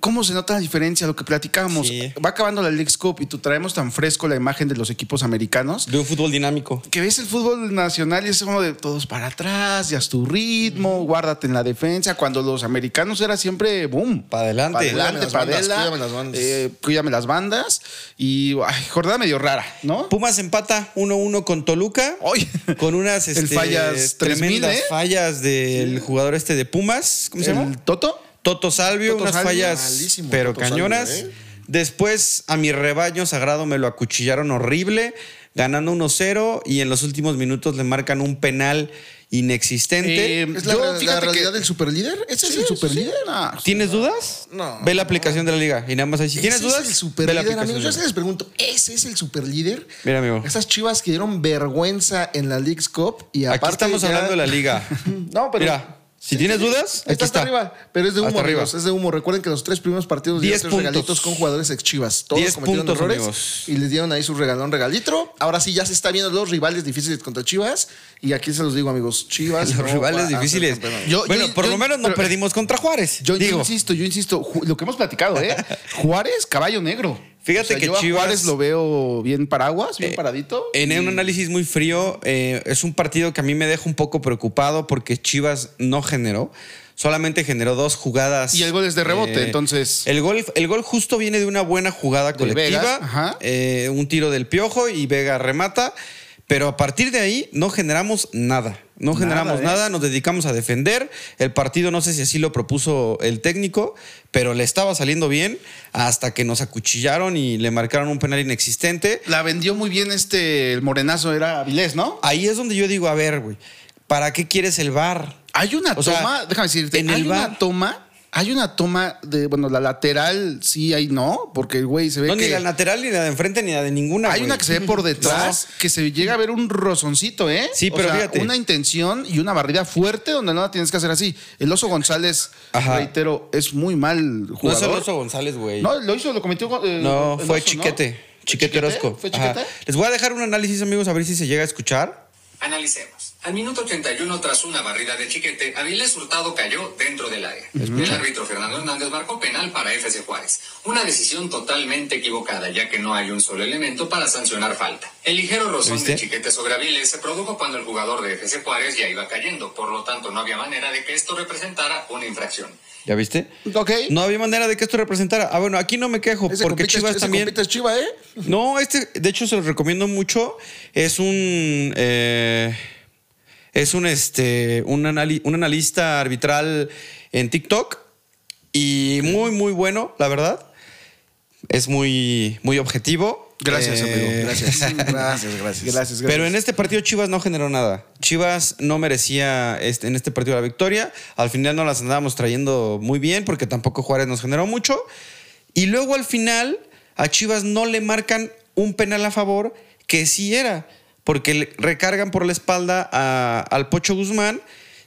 [SPEAKER 1] ¿cómo se nota la diferencia? Lo que platicábamos.
[SPEAKER 2] Sí.
[SPEAKER 1] Va acabando la League's Cup y tú traemos tan fresco la imagen de los equipos americanos
[SPEAKER 2] De un fútbol dinámico.
[SPEAKER 1] que ves el fútbol nacional y es como de todos para atrás, ya haz tu ritmo, guárdate en la defensa. Cuando los americanos era siempre boom.
[SPEAKER 2] Pa' adelante.
[SPEAKER 1] Para
[SPEAKER 3] Cuídame
[SPEAKER 1] adelante,
[SPEAKER 3] las
[SPEAKER 1] pa'
[SPEAKER 3] bandas,
[SPEAKER 1] adela,
[SPEAKER 3] cuídame las bandas.
[SPEAKER 1] eh, cuídame las bandas. Y ay, jornada medio rara, ¿no?
[SPEAKER 2] Pumas empata 1-1 con Toluca.
[SPEAKER 1] Ay.
[SPEAKER 2] Con unas
[SPEAKER 1] El
[SPEAKER 2] este,
[SPEAKER 1] fallas 3000,
[SPEAKER 2] tremendas
[SPEAKER 1] ¿eh?
[SPEAKER 2] fallas del jugador este de Pumas. ¿Cómo se llama?
[SPEAKER 1] ¿El Toto?
[SPEAKER 2] Toto Salvio,
[SPEAKER 1] Toto
[SPEAKER 2] unas
[SPEAKER 1] Salvio,
[SPEAKER 2] fallas
[SPEAKER 3] malísimo,
[SPEAKER 2] pero
[SPEAKER 3] Toto Salvio,
[SPEAKER 2] cañonas.
[SPEAKER 3] ¿eh?
[SPEAKER 2] Después a mi rebaño sagrado me lo acuchillaron horrible, ganando 1-0 y en los últimos minutos le marcan un penal
[SPEAKER 1] Eh,
[SPEAKER 2] inexistente.
[SPEAKER 3] ¿Es la,
[SPEAKER 1] Yo,
[SPEAKER 3] la
[SPEAKER 1] fíjate que-
[SPEAKER 3] realidad del superlíder? ¿Ese
[SPEAKER 1] Sí,
[SPEAKER 3] es
[SPEAKER 1] sí,
[SPEAKER 3] el
[SPEAKER 1] Ah,
[SPEAKER 3] superlíder?
[SPEAKER 1] no.
[SPEAKER 2] ¿Tienes dudas?
[SPEAKER 3] No.
[SPEAKER 2] Ve la aplicación de la liga y nada más ahí. Si tienes
[SPEAKER 3] ¿Ese
[SPEAKER 2] dudas,
[SPEAKER 3] Es el
[SPEAKER 2] ve la
[SPEAKER 3] superlíder,
[SPEAKER 2] aplicación.
[SPEAKER 3] amigos.
[SPEAKER 2] de
[SPEAKER 3] Yo
[SPEAKER 2] la
[SPEAKER 3] se les pregunto, ¿ese es el superlíder?
[SPEAKER 2] Mira, amigo.
[SPEAKER 3] Estas chivas que dieron vergüenza en la League's Cup y
[SPEAKER 2] liga. Aquí
[SPEAKER 3] aparte
[SPEAKER 2] estamos
[SPEAKER 3] ya-
[SPEAKER 2] hablando de la liga.
[SPEAKER 3] [laughs] No, pero
[SPEAKER 2] Mira, si tienes dudas,
[SPEAKER 3] Está
[SPEAKER 2] aquí
[SPEAKER 3] hasta
[SPEAKER 2] está.
[SPEAKER 3] arriba, pero es de
[SPEAKER 2] Hasta
[SPEAKER 3] humo,
[SPEAKER 2] arriba.
[SPEAKER 3] amigos, es de humo. Recuerden que los tres primeros partidos dieron
[SPEAKER 2] 10
[SPEAKER 3] tres
[SPEAKER 2] puntos.
[SPEAKER 3] regalitos con jugadores ex Chivas. Todos
[SPEAKER 2] 10
[SPEAKER 3] cometieron
[SPEAKER 2] puntos,
[SPEAKER 3] errores
[SPEAKER 2] amigos.
[SPEAKER 3] y les dieron ahí su regalón regalitro. Ahora sí ya se está viendo los rivales difíciles contra Chivas y aquí se los digo, amigos, Chivas
[SPEAKER 2] [laughs] Los
[SPEAKER 3] no va
[SPEAKER 2] rivales
[SPEAKER 3] a ser
[SPEAKER 2] difíciles.
[SPEAKER 3] campeón.
[SPEAKER 1] Yo-
[SPEAKER 2] bueno,
[SPEAKER 1] yo-
[SPEAKER 2] por lo
[SPEAKER 1] yo-
[SPEAKER 2] menos no
[SPEAKER 1] pero-
[SPEAKER 2] perdimos contra Juárez.
[SPEAKER 1] Yo, yo
[SPEAKER 2] Digo,
[SPEAKER 1] insisto, yo insisto, ju- lo que hemos platicado, [laughs] ¿eh? Juárez, caballo negro.
[SPEAKER 2] Fíjate que
[SPEAKER 1] yo a
[SPEAKER 2] Chivas-
[SPEAKER 1] Juárez lo veo bien paraguas, bien
[SPEAKER 2] Eh,
[SPEAKER 1] paradito.
[SPEAKER 2] En un análisis muy frío, eh, es un partido que a mí me deja un poco preocupado porque Chivas no generó. Solamente generó dos jugadas. eh,
[SPEAKER 1] Y el gol es de rebote, entonces-
[SPEAKER 2] El gol, el gol justo viene de una buena jugada colectiva.
[SPEAKER 1] Vegas, ajá.
[SPEAKER 2] eh, un tiro del piojo y Vega remata. Pero a partir de ahí no generamos nada. No generamos
[SPEAKER 1] ¿eh?
[SPEAKER 2] nada, nos dedicamos a defender. El partido, no sé si así lo propuso el técnico, pero le estaba saliendo bien hasta que nos acuchillaron y le marcaron un penal inexistente.
[SPEAKER 1] La vendió muy bien este, el morenazo era Avilés, ¿no?
[SPEAKER 2] Ahí es donde yo digo, a ver, güey, ¿para qué quieres el bar?
[SPEAKER 1] Hay una
[SPEAKER 2] O sea,
[SPEAKER 1] toma, déjame decirte,
[SPEAKER 2] en
[SPEAKER 1] hay
[SPEAKER 2] el
[SPEAKER 1] una
[SPEAKER 2] VAR.
[SPEAKER 1] toma, hay una toma de, bueno, la lateral sí, ahí no, porque el güey se ve
[SPEAKER 2] No,
[SPEAKER 1] que
[SPEAKER 2] ni la lateral, ni la de enfrente, ni la de ninguna.
[SPEAKER 1] hay
[SPEAKER 2] güey.
[SPEAKER 1] una que se ve por detrás que se llega a ver un rozoncito, ¿eh?
[SPEAKER 2] Sí, pero fíjate.
[SPEAKER 1] una intención y una barrida fuerte donde no la tienes que hacer así. El oso González,
[SPEAKER 2] Ajá.
[SPEAKER 1] reitero, es muy mal
[SPEAKER 2] [laughs] No es el
[SPEAKER 1] jugador.
[SPEAKER 2] Oso González, güey.
[SPEAKER 1] No, lo hizo, lo cometió. eh,
[SPEAKER 2] No,
[SPEAKER 1] el
[SPEAKER 2] fue
[SPEAKER 1] Oso, ¿no?
[SPEAKER 2] Chiquete. Chiquete Orozco.
[SPEAKER 1] ¿Fue
[SPEAKER 2] Ajá.
[SPEAKER 1] chiquete?
[SPEAKER 2] Les voy a dejar un análisis, amigos, a ver si se llega a escuchar.
[SPEAKER 4] Analicemos. Al minuto 81, tras una barrida de chiquete, Avilés Hurtado cayó dentro del área. El árbitro Fernando Hernández marcó penal para FC Juárez. Una decisión totalmente equivocada, ya que no hay un solo elemento para sancionar falta. El ligero rozón
[SPEAKER 2] ¿Viste?
[SPEAKER 4] de chiquete sobre Avilés se produjo cuando el jugador de FC Juárez ya iba cayendo, por lo tanto no había manera de que esto representara una infracción.
[SPEAKER 2] ¿Ya viste?
[SPEAKER 3] Ok.
[SPEAKER 2] No había manera de que esto representara. Ah, bueno, aquí no me quejo,
[SPEAKER 3] Ese
[SPEAKER 2] porque
[SPEAKER 3] compita es-
[SPEAKER 2] Chivas
[SPEAKER 3] ese
[SPEAKER 2] también.
[SPEAKER 3] compita es Chiva, ¿eh?
[SPEAKER 2] No, este, de hecho, se los recomiendo mucho. Es un. eh, es un, este, un, anali- un analista arbitral en TikTok. Y muy, muy bueno, la verdad. Es muy, muy objetivo. Eh,
[SPEAKER 1] Gracias, amigo.
[SPEAKER 3] Gracias. Eh, [laughs] Gracias, gracias.
[SPEAKER 1] Gracias, gracias.
[SPEAKER 2] Pero en este partido Chivas no generó nada. Chivas no merecía este- en este partido la victoria. Al final no las andábamos trayendo muy bien porque tampoco Juárez nos generó mucho. Y luego al final a Chivas no le marcan un penal a favor que sí era, porque le recargan por la espalda a- al Pocho Guzmán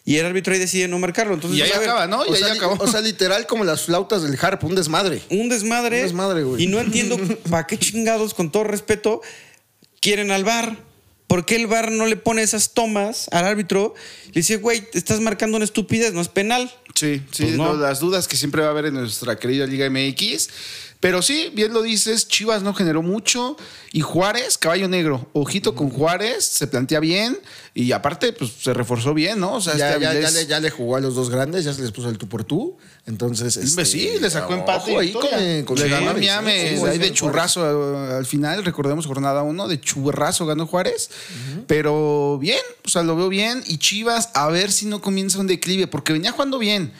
[SPEAKER 2] y el árbitro ahí decide no marcarlo. Entonces,
[SPEAKER 1] Y ahí
[SPEAKER 2] a ver,
[SPEAKER 1] acaba, ¿no? Y
[SPEAKER 3] o,
[SPEAKER 1] ahí
[SPEAKER 3] sea, li-
[SPEAKER 1] acabó.
[SPEAKER 3] o sea, literal como las flautas del harp, un desmadre.
[SPEAKER 2] Un desmadre.
[SPEAKER 3] [laughs] Un desmadre, güey.
[SPEAKER 2] Y no entiendo para qué chingados, con todo respeto, quieren al VAR. ¿Por qué el VAR no le pone esas tomas al árbitro? Le dice, güey, te estás marcando una estupidez, no es penal.
[SPEAKER 1] Sí, sí,
[SPEAKER 2] Pues no.
[SPEAKER 1] no, las dudas que siempre va a haber en nuestra querida Liga MX. Pero sí, bien lo dices, Chivas no generó mucho y Juárez, caballo negro. Ojito
[SPEAKER 3] Mm.
[SPEAKER 1] con Juárez, se plantea bien y aparte, pues se reforzó bien, ¿no? O sea,
[SPEAKER 3] Ya,
[SPEAKER 1] este
[SPEAKER 3] ya- ya
[SPEAKER 1] Avilés-
[SPEAKER 3] le, ya le jugó a los dos grandes, ya se les puso el tú por tú. Entonces. este,
[SPEAKER 1] sí, le sacó
[SPEAKER 3] ojo
[SPEAKER 1] empate. y
[SPEAKER 3] ahí con, eh,
[SPEAKER 1] victoria.
[SPEAKER 3] con
[SPEAKER 1] le
[SPEAKER 3] los
[SPEAKER 1] ganó a
[SPEAKER 3] Juárez,
[SPEAKER 1] Miami
[SPEAKER 3] ¿no? Sí,
[SPEAKER 1] ahí
[SPEAKER 3] sí, sí,
[SPEAKER 1] de
[SPEAKER 3] sí,
[SPEAKER 1] churrazo eh, al final, recordemos jornada uno, de churrazo ganó Juárez. Pero bien, o sea, lo veo bien. Y Chivas, a ver si no comienza un declive, porque venía jugando bien.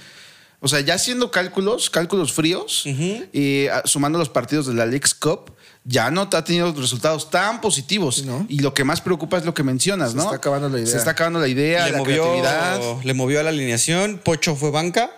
[SPEAKER 1] O sea, ya haciendo cálculos, cálculos fríos, eh, a- sumando los partidos de la Leagues Cup, ya no ha tenido resultados tan positivos.
[SPEAKER 3] No.
[SPEAKER 1] Y lo que más preocupa es lo que mencionas,
[SPEAKER 3] Se
[SPEAKER 1] ¿no?
[SPEAKER 3] está acabando la idea.
[SPEAKER 1] Se está acabando la idea,
[SPEAKER 2] le,
[SPEAKER 1] la creatividad.
[SPEAKER 2] movió, le movió a la alineación, Pocho fue banca,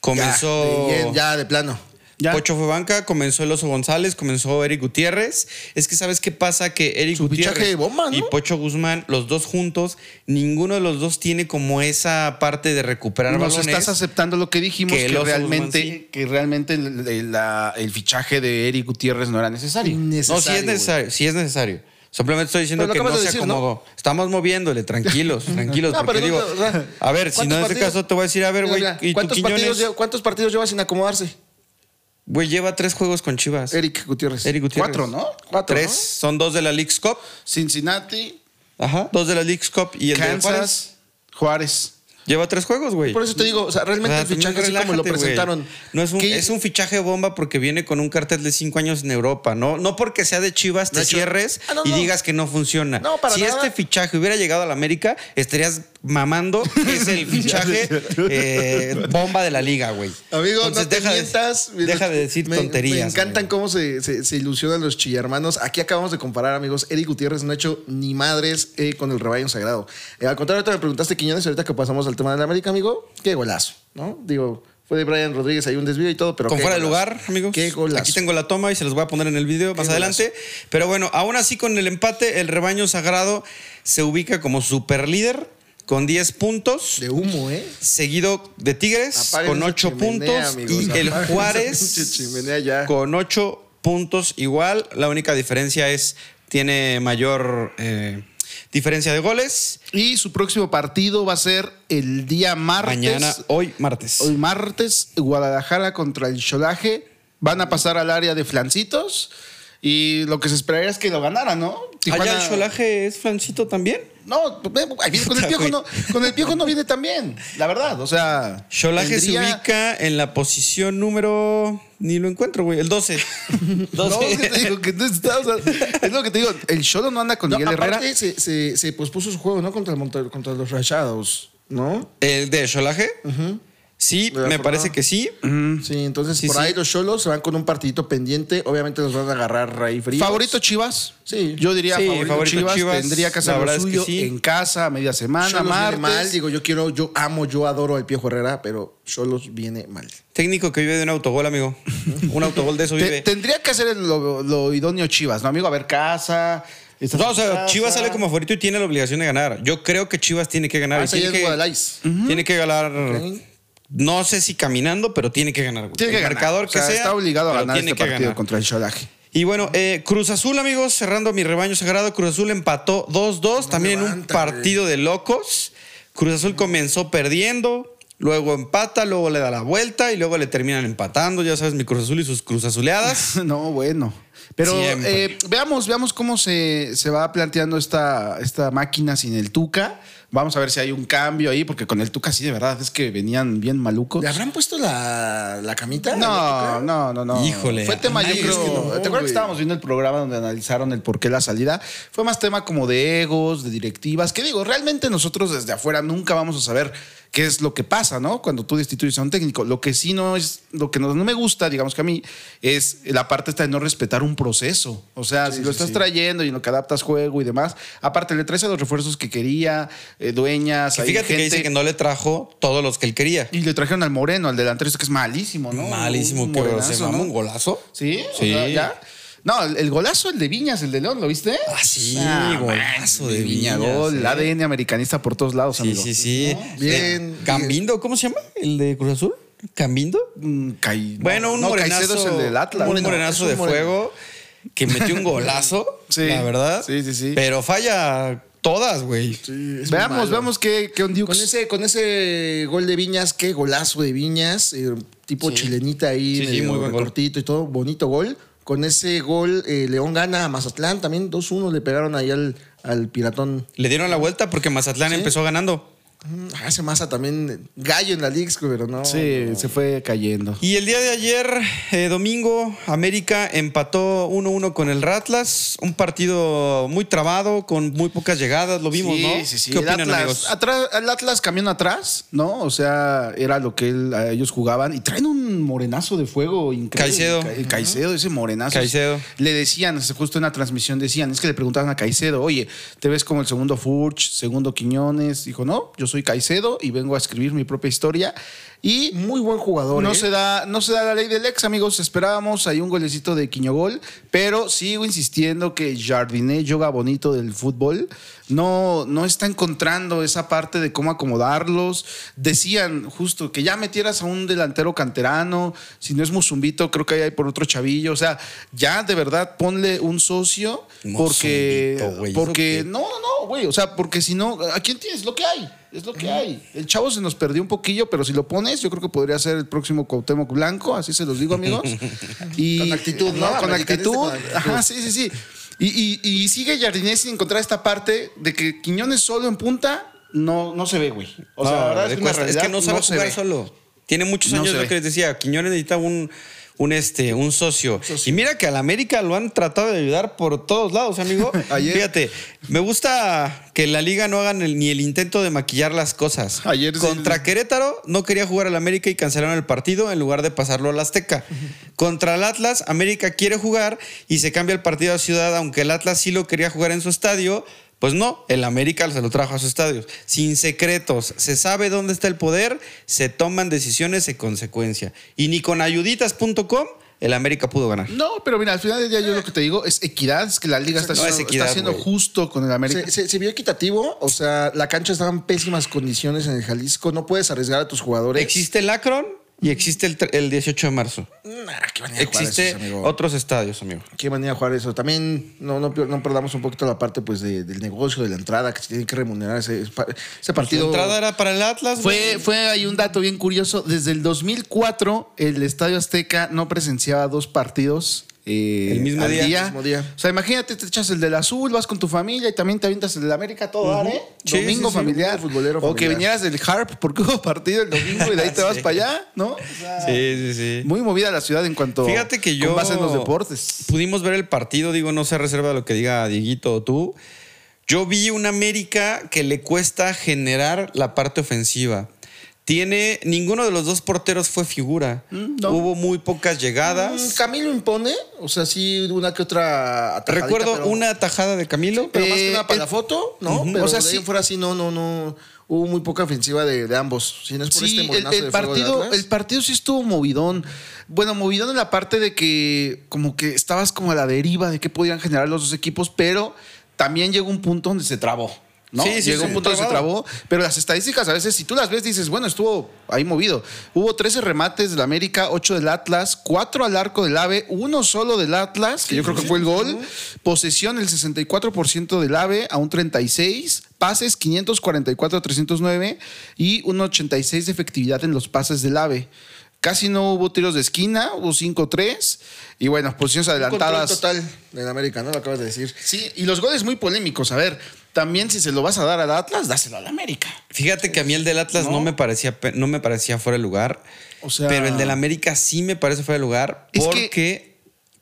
[SPEAKER 2] comenzó...
[SPEAKER 3] Ya, Ah, de, bien, ya de plano.
[SPEAKER 1] Ya.
[SPEAKER 2] Pocho fue banca, comenzó el Oso González, comenzó Eric Gutiérrez. Es que sabes qué pasa que Eric
[SPEAKER 3] Su
[SPEAKER 2] Gutiérrez
[SPEAKER 3] fichaje de bomba, ¿no?
[SPEAKER 2] y Pocho Guzmán, los dos juntos, ninguno de los dos tiene como esa parte de recuperar
[SPEAKER 1] Nos
[SPEAKER 2] balones.
[SPEAKER 1] estás aceptando lo que dijimos
[SPEAKER 2] que
[SPEAKER 1] que,
[SPEAKER 2] el oso
[SPEAKER 1] realmente
[SPEAKER 2] Guzmán sí.
[SPEAKER 1] que realmente el, el- la- el fichaje de Eric Gutiérrez no era necesario.
[SPEAKER 2] no, sí es necesario, sí es necesario. Simplemente estoy diciendo
[SPEAKER 3] Pero lo
[SPEAKER 2] que no
[SPEAKER 3] acabas
[SPEAKER 2] se
[SPEAKER 3] de decir, ¿no?
[SPEAKER 2] acomodó. Estamos moviéndole, tranquilos,
[SPEAKER 3] [laughs]
[SPEAKER 2] tranquilos.
[SPEAKER 3] No,
[SPEAKER 2] porque
[SPEAKER 3] pero
[SPEAKER 2] digo,
[SPEAKER 3] no, o sea,
[SPEAKER 2] a ver, si no en
[SPEAKER 3] ¿cuántos
[SPEAKER 2] este
[SPEAKER 3] partidos?
[SPEAKER 2] caso te voy a decir, a ver, güey,
[SPEAKER 3] Mira,
[SPEAKER 2] ¿y tú
[SPEAKER 3] ¿cuántos, partidos,
[SPEAKER 2] Quiñones?
[SPEAKER 3] lleva- ¿Cuántos partidos lleva sin acomodarse?
[SPEAKER 2] Güey, lleva tres juegos con Chivas.
[SPEAKER 3] Eric Gutiérrez.
[SPEAKER 2] Eric Gutiérrez.
[SPEAKER 1] Cuatro, ¿no?
[SPEAKER 3] Cuatro,
[SPEAKER 2] Tres.
[SPEAKER 3] ¿no?
[SPEAKER 2] Son dos de la Leagues Cup.
[SPEAKER 1] Cincinnati,
[SPEAKER 2] Ajá. Dos de la Leagues Cup y el de Juárez.
[SPEAKER 1] Kansas, Juárez.
[SPEAKER 2] Lleva tres juegos, güey.
[SPEAKER 3] Por eso te digo, o sea,
[SPEAKER 2] O
[SPEAKER 3] realmente
[SPEAKER 2] sea,
[SPEAKER 3] el fichaje, así
[SPEAKER 2] también
[SPEAKER 3] como lo
[SPEAKER 2] Ah, pues, relájate, güey.
[SPEAKER 3] presentaron.
[SPEAKER 2] No es un,
[SPEAKER 3] ¿Qué-
[SPEAKER 2] es un fichaje bomba porque viene con un cartel de cinco años en Europa. No, no porque sea de Chivas, te
[SPEAKER 3] De hecho-
[SPEAKER 2] cierres
[SPEAKER 3] Ah, no,
[SPEAKER 2] y
[SPEAKER 3] no.
[SPEAKER 2] digas que no funciona.
[SPEAKER 3] No, para
[SPEAKER 2] si
[SPEAKER 3] nada.
[SPEAKER 2] este fichaje hubiera llegado a la América, estarías mamando que es
[SPEAKER 3] [laughs]
[SPEAKER 2] el fichaje eh, bomba de la liga, güey.
[SPEAKER 3] Amigo,
[SPEAKER 2] Entonces,
[SPEAKER 3] no te
[SPEAKER 2] deja de-
[SPEAKER 3] mientas.
[SPEAKER 2] Deja de, decir
[SPEAKER 3] Me-
[SPEAKER 2] tonterías.
[SPEAKER 3] Me encantan
[SPEAKER 2] güey.
[SPEAKER 3] cómo se, se- se ilusionan los chillermanos. Aquí acabamos de comparar, amigos. Eric Gutiérrez no ha hecho ni madres eh, con el rebaño sagrado. Eh, al contrario, ahorita me preguntaste, Quiñones, ahorita que pasamos al tema de la América, amigo, qué golazo, ¿no? Digo, fue de Brian Rodríguez, hay un desvío y todo, pero
[SPEAKER 2] Con
[SPEAKER 3] qué
[SPEAKER 2] fuera de
[SPEAKER 3] golazo.
[SPEAKER 2] lugar, amigos.
[SPEAKER 3] Qué golazo.
[SPEAKER 2] Aquí tengo la toma y se los voy a poner en el video más adelante. Pero bueno, aún así con el empate, el rebaño sagrado se ubica como superlíder con 10 puntos.
[SPEAKER 3] De humo, ¿eh?
[SPEAKER 2] seguido de Tigres
[SPEAKER 3] Apaguen
[SPEAKER 2] con
[SPEAKER 3] esa
[SPEAKER 2] 8
[SPEAKER 3] chimenea,
[SPEAKER 2] puntos
[SPEAKER 3] amigos,
[SPEAKER 2] y el
[SPEAKER 3] apaguen esa [laughs] pinche
[SPEAKER 2] Juárez
[SPEAKER 3] chimenea ya.
[SPEAKER 2] con 8 puntos igual. La única diferencia es tiene mayor eh, diferencia de goles.
[SPEAKER 1] Y su próximo partido va a ser el día martes.
[SPEAKER 2] Mañana, hoy, martes.
[SPEAKER 1] Hoy martes, Guadalajara contra el Cholaje. Van a pasar al área de flancitos. Y lo que se esperaría es que lo ganara, ¿no?
[SPEAKER 2] Allá
[SPEAKER 1] Tijuana-
[SPEAKER 2] el cholaje es flancito también.
[SPEAKER 1] No, pues, ve, ahí viene
[SPEAKER 2] [laughs]
[SPEAKER 1] con el piojo no, con el piojo no viene tan bien, la verdad. O sea,
[SPEAKER 2] Cholaje se
[SPEAKER 1] tendría-
[SPEAKER 2] ubica en la posición número. Ni lo encuentro, güey. El 12.
[SPEAKER 1] [laughs] No, [laughs] es que te
[SPEAKER 2] 12.
[SPEAKER 1] digo que no está, o sea, es lo que te digo. El Cholo no anda con
[SPEAKER 3] No,
[SPEAKER 1] Miguel Herrera.
[SPEAKER 3] aparte, se, se- se pospuso su juego, ¿no? Contra, el Monte- contra los Rayados, ¿no?
[SPEAKER 2] ¿El de Cholaje? Sí,
[SPEAKER 3] De la
[SPEAKER 2] me parece
[SPEAKER 3] jornada.
[SPEAKER 2] que sí.
[SPEAKER 3] Sí, entonces
[SPEAKER 2] Mm. Sí,
[SPEAKER 3] por
[SPEAKER 2] sí.
[SPEAKER 3] ahí los cholos se van con un partidito pendiente. Obviamente los van a agarrar ahí frío.
[SPEAKER 1] Favorito Chivas.
[SPEAKER 3] Sí.
[SPEAKER 1] Yo diría
[SPEAKER 2] Sí,
[SPEAKER 1] favorito,
[SPEAKER 2] favorito
[SPEAKER 1] Chivas.
[SPEAKER 2] Chivas.
[SPEAKER 1] Tendría que hacer lo
[SPEAKER 2] La verdad es que
[SPEAKER 1] suyo
[SPEAKER 2] sí.
[SPEAKER 1] en casa, a media
[SPEAKER 2] Ah,
[SPEAKER 1] semana,
[SPEAKER 3] Cholos viene
[SPEAKER 1] martes.
[SPEAKER 3] mal, digo, yo quiero, yo amo, yo adoro al Piojo Herrera, pero Cholos viene mal.
[SPEAKER 2] Técnico que vive de un autogol, amigo. Un autogol de eso
[SPEAKER 1] Te-
[SPEAKER 2] vive.
[SPEAKER 1] tendría que hacer el- lo, lo idóneo Chivas, ¿no, amigo? A ver, casa. estás
[SPEAKER 2] No,
[SPEAKER 1] en
[SPEAKER 2] o sea,
[SPEAKER 1] casa.
[SPEAKER 2] Chivas sale como favorito y tiene la obligación de ganar. Yo creo que Chivas tiene que ganar. y
[SPEAKER 3] Ah, ese
[SPEAKER 2] tiene,
[SPEAKER 3] ya es
[SPEAKER 2] que,
[SPEAKER 3] Guadalais.
[SPEAKER 2] tiene que ganar. No sé si caminando, pero tiene que ganar. güey.
[SPEAKER 1] Tiene que
[SPEAKER 2] el
[SPEAKER 1] ganar.
[SPEAKER 2] marcador
[SPEAKER 1] O sea,
[SPEAKER 2] que sea.
[SPEAKER 1] Está obligado a
[SPEAKER 2] pero
[SPEAKER 1] ganar
[SPEAKER 2] tiene
[SPEAKER 1] este
[SPEAKER 2] que
[SPEAKER 1] partido
[SPEAKER 2] ganar.
[SPEAKER 1] contra el Cholaje.
[SPEAKER 2] Y bueno, eh, Cruz Azul, amigos, cerrando mi rebaño sagrado, Cruz Azul empató 2-2, también en un
[SPEAKER 3] levanta,
[SPEAKER 2] partido de locos. Cruz Azul comenzó perdiendo, luego empata, luego le da la vuelta y luego le terminan empatando. Ya sabes, mi Cruz Azul y sus Cruz Azuleadas.
[SPEAKER 1] [laughs] No, bueno. Pero
[SPEAKER 2] Siempre.
[SPEAKER 1] eh, veamos, veamos cómo se, se va planteando esta, esta máquina sin el Tuca. Vamos a ver si hay un cambio ahí, porque con el Tuca sí, de verdad, es que venían bien
[SPEAKER 2] Pues
[SPEAKER 1] malucos.
[SPEAKER 3] ¿Le habrán puesto la, la camita?
[SPEAKER 1] No, no, no, no.
[SPEAKER 2] Híjole.
[SPEAKER 1] Fue tema, yo
[SPEAKER 2] Ay,
[SPEAKER 1] creo.
[SPEAKER 3] es que no,
[SPEAKER 1] ¿Te acuerdas
[SPEAKER 3] güey.
[SPEAKER 1] que estábamos viendo el programa donde analizaron el por qué la salida? Fue más tema como de egos, de directivas. ¿Qué digo? Realmente nosotros desde afuera nunca vamos a saber qué es lo que pasa, ¿no? Cuando tú destituyes a un técnico. Lo que sí no es, lo que no, no me gusta, digamos que a mí, es la parte esta de no respetar un proceso. O sea, si lo estás trayendo y en lo que adaptas juego y demás. Aparte, le traes a los refuerzos que quería, eh, dueñas,
[SPEAKER 2] Que
[SPEAKER 1] hay
[SPEAKER 2] Fíjate que
[SPEAKER 1] gente-
[SPEAKER 2] dice que no le trajo todos los que él quería.
[SPEAKER 1] Y le trajeron al Moreno, al delantero, este que es malísimo, ¿no?
[SPEAKER 2] Malísimo,
[SPEAKER 1] Un
[SPEAKER 2] pero
[SPEAKER 1] morenazo,
[SPEAKER 2] se mamó
[SPEAKER 1] ¿no?
[SPEAKER 2] un golazo.
[SPEAKER 1] ¿Sí? O
[SPEAKER 2] Sí.
[SPEAKER 1] sea, ¿ya? No, el, el golazo, el de Viñas, el de León, ¿lo viste?
[SPEAKER 2] Ah, sí,
[SPEAKER 1] Ah,
[SPEAKER 2] golazo de
[SPEAKER 1] de Viña,
[SPEAKER 2] Viñas,
[SPEAKER 1] gol,
[SPEAKER 2] eh.
[SPEAKER 1] ADN americanista por todos lados,
[SPEAKER 2] Sí,
[SPEAKER 1] amigo.
[SPEAKER 2] sí, sí.
[SPEAKER 3] Bien,
[SPEAKER 2] Eh, Cambindo, ¿cómo se llama? ¿El de Cruz Azul? ¿Cambindo?
[SPEAKER 1] Mm, Cai-
[SPEAKER 2] Bueno, un
[SPEAKER 1] no,
[SPEAKER 2] morenazo.
[SPEAKER 1] Caicedo es el del Atlas.
[SPEAKER 2] Un
[SPEAKER 1] Bueno,
[SPEAKER 2] morenazo
[SPEAKER 1] es
[SPEAKER 2] de
[SPEAKER 1] un moreno.
[SPEAKER 2] fuego que metió un golazo.
[SPEAKER 1] [laughs] Sí.
[SPEAKER 2] la verdad.
[SPEAKER 1] Sí, sí, sí.
[SPEAKER 2] Pero falla todas, güey.
[SPEAKER 3] veamos,
[SPEAKER 1] malo.
[SPEAKER 3] veamos qué, qué ondiux.
[SPEAKER 1] Con
[SPEAKER 3] Con ese, con ese gol de Viñas, qué golazo de Viñas, eh, tipo chilenita ahí,
[SPEAKER 2] Sí, sí,
[SPEAKER 3] medio
[SPEAKER 2] muy buen gol.
[SPEAKER 3] recortito y todo, bonito gol. Con ese gol, eh, León gana a Mazatlán, también 2-1 le pegaron ahí al, al piratón.
[SPEAKER 2] Le dieron la vuelta porque Mazatlán empezó ganando.
[SPEAKER 3] Ah, Ese Maza también, gallo en la Liga, pero no.
[SPEAKER 1] Sí, se fue cayendo.
[SPEAKER 2] Y el día de ayer, eh, domingo, América empató 1-1 con el Ratlas. Un partido muy trabado, con muy pocas llegadas, lo vimos,
[SPEAKER 1] sí,
[SPEAKER 2] ¿no?
[SPEAKER 1] Sí, sí,
[SPEAKER 2] ¿Qué
[SPEAKER 1] El
[SPEAKER 2] opinan,
[SPEAKER 1] Atlas,
[SPEAKER 2] amigos?
[SPEAKER 1] atrás- el Atlas camión atrás, ¿no? O sea, era lo que él- a ellos jugaban. Y traen un morenazo de fuego increíble.
[SPEAKER 2] Caicedo.
[SPEAKER 1] Ca- el Caicedo, ese morenazo.
[SPEAKER 2] Caicedo.
[SPEAKER 1] Le decían, justo en la transmisión decían, es que le preguntaban a Caicedo, oye, te ves como el segundo Furch, segundo Quiñones. Dijo, no, yo soy Caicedo y vengo a escribir mi propia historia. Y
[SPEAKER 3] Muy buen jugador.
[SPEAKER 1] no
[SPEAKER 3] ¿eh?
[SPEAKER 1] se, da, no se da la ley del ex, amigos. Esperábamos ahí un golecito de Quiñogol, pero sigo insistiendo que Jardiné yoga bonito del fútbol. No, no está encontrando esa parte de cómo acomodarlos. Decían justo que ya metieras a un delantero canterano. Si no es Musumbito, creo que ahí hay por otro chavillo. O sea, ya de verdad ponle un socio porque.
[SPEAKER 2] Musumbito, güey,
[SPEAKER 1] porque
[SPEAKER 2] ¿eso qué?
[SPEAKER 1] no, no, no, güey. O sea, porque si no, ¿a quién tienes? Lo que hay. Es lo que hay. El chavo se nos perdió un poquillo, pero si lo pones, yo creo que podría ser el próximo Cuauhtémoc Blanco, así se los digo,
[SPEAKER 2] [laughs]
[SPEAKER 1] amigos. Y,
[SPEAKER 3] Con actitud, ¿no?
[SPEAKER 1] Con
[SPEAKER 3] Americanista
[SPEAKER 1] actitud.
[SPEAKER 3] con actitud.
[SPEAKER 1] Ajá, sí, sí, sí. Y, y- y sigue Jardinés sin encontrar esta parte de que Quiñones solo en punta no, no se ve, güey. O sea,
[SPEAKER 2] No,
[SPEAKER 1] la verdad
[SPEAKER 2] le
[SPEAKER 1] es que, una
[SPEAKER 2] cuesta. Es
[SPEAKER 1] realidad
[SPEAKER 2] que no sabe
[SPEAKER 1] se
[SPEAKER 2] jugar
[SPEAKER 1] ve.
[SPEAKER 2] solo. Tiene muchos
[SPEAKER 1] No
[SPEAKER 2] años,
[SPEAKER 1] se
[SPEAKER 2] lo
[SPEAKER 1] ve.
[SPEAKER 2] que les decía. Quiñones necesita un, un, este, un socio. Y mira que al América lo han tratado de ayudar por todos lados, amigo.
[SPEAKER 1] [laughs] Ayer-
[SPEAKER 2] Fíjate, me gusta que en la liga no hagan el- ni el intento de maquillar las cosas.
[SPEAKER 1] Ayer sí-
[SPEAKER 2] Contra Querétaro no quería jugar al América y cancelaron el partido en lugar de pasarlo al Azteca. Contra el Atlas, América quiere jugar y se cambia el partido a Ciudad, aunque el Atlas sí lo quería jugar en su estadio. Pues no, el América se lo trajo a su estadio. Sin secretos, se sabe dónde está el poder, se toman decisiones en consecuencia. Y ni con ayuditas.com el América pudo ganar.
[SPEAKER 1] No, pero mira, al final del día yo lo que te digo es equidad, es que la liga está
[SPEAKER 2] No,
[SPEAKER 1] siendo,
[SPEAKER 2] es equidad,
[SPEAKER 1] está siendo
[SPEAKER 2] güey.
[SPEAKER 1] justo con el América.
[SPEAKER 3] Se, se- se vio equitativo, o sea, la cancha estaba en pésimas condiciones en el Jalisco, no puedes arriesgar a tus jugadores.
[SPEAKER 2] Existe el Akron y existe el, tre- el 18 de marzo.
[SPEAKER 3] Nah, Mm, ah, qué manera de jugar
[SPEAKER 2] Existe
[SPEAKER 3] esos, amigo.
[SPEAKER 2] otros estadios, amigo.
[SPEAKER 3] Qué manera de jugar eso. También no, no, no perdamos un poquito la parte pues de- del negocio, de la entrada, que se tiene que remunerar ese,
[SPEAKER 1] Pues,
[SPEAKER 3] ese
[SPEAKER 2] La
[SPEAKER 3] partido.
[SPEAKER 2] entrada era para el Atlas.
[SPEAKER 1] Fue, fue ahí un dato bien curioso. Desde el 2004, el Estadio Azteca no presenciaba dos partidos. eh,
[SPEAKER 2] El mismo
[SPEAKER 1] al
[SPEAKER 2] día.
[SPEAKER 3] El mismo día.
[SPEAKER 1] O sea, imagínate, te echas el del azul, vas con tu familia y también te avientas el del América todo dar, ¿eh?
[SPEAKER 2] Sí,
[SPEAKER 1] domingo
[SPEAKER 3] sí, sí,
[SPEAKER 1] familiar.
[SPEAKER 3] domingo futbolero
[SPEAKER 1] o que
[SPEAKER 3] familiar.
[SPEAKER 1] vinieras del Harp porque hubo partido el domingo y de ahí [laughs] te vas
[SPEAKER 2] Sí.
[SPEAKER 1] para allá, ¿no? O sea,
[SPEAKER 2] Sí, sí, sí.
[SPEAKER 1] Muy movida la ciudad en cuanto
[SPEAKER 2] Fíjate que yo.
[SPEAKER 1] con base en los deportes.
[SPEAKER 2] Pudimos ver el partido, digo, no se reserva lo que diga Dieguito o tú. Yo vi un América que le cuesta generar la parte ofensiva. Tiene. Ninguno de los dos porteros fue figura.
[SPEAKER 1] no.
[SPEAKER 2] Hubo muy pocas llegadas.
[SPEAKER 3] Mm, Camilo impone, o sea, sí, una que otra. atajadita,
[SPEAKER 2] Recuerdo
[SPEAKER 3] pero-
[SPEAKER 2] una tajada de Camilo.
[SPEAKER 3] Pero más que
[SPEAKER 1] Eh,
[SPEAKER 3] nada para
[SPEAKER 1] el-
[SPEAKER 3] la foto, ¿no?
[SPEAKER 1] Ujú.
[SPEAKER 3] Pero
[SPEAKER 1] O sea,
[SPEAKER 3] de ahí
[SPEAKER 1] sí.
[SPEAKER 3] en fuera así, no, no, no. Hubo muy poca ofensiva de, de ambos. Si no es por
[SPEAKER 1] Sí,
[SPEAKER 3] este
[SPEAKER 1] el- el,
[SPEAKER 3] morenazo de fuego de
[SPEAKER 1] partido,
[SPEAKER 3] Atlas.
[SPEAKER 1] el partido sí estuvo movidón. Bueno, movidón en la parte de que como que estabas como a la deriva de qué podían generar los dos equipos, pero también llegó un punto donde se trabó. ¿no?
[SPEAKER 2] Sí, sí,
[SPEAKER 1] Llegó
[SPEAKER 2] sí,
[SPEAKER 1] un punto donde se
[SPEAKER 2] trabado.
[SPEAKER 1] trabó, pero las estadísticas a veces, si tú las ves, dices, bueno, estuvo ahí movido. Hubo 13 remates del América, 8 del Atlas, 4 al arco del AVE, uno solo del Atlas, que yo creo que fue el gol. Posesión el 64% del AVE a un 36, pases 544 a 309 y un 86 de efectividad en los pases del AVE. Casi no hubo tiros de esquina, hubo 5-3 y bueno, posiciones
[SPEAKER 3] Control
[SPEAKER 1] adelantadas.
[SPEAKER 3] total en América, ¿no? Lo acabas de decir.
[SPEAKER 1] Sí, y los goles muy polémicos. A ver, también si se lo vas a dar al Atlas, dáselo al América.
[SPEAKER 2] Fíjate que a mí el del Atlas no, me parecía pe- no me parecía fuera de lugar.
[SPEAKER 1] O sea-
[SPEAKER 2] pero el del América sí me parece fuera de lugar
[SPEAKER 1] Es
[SPEAKER 2] porque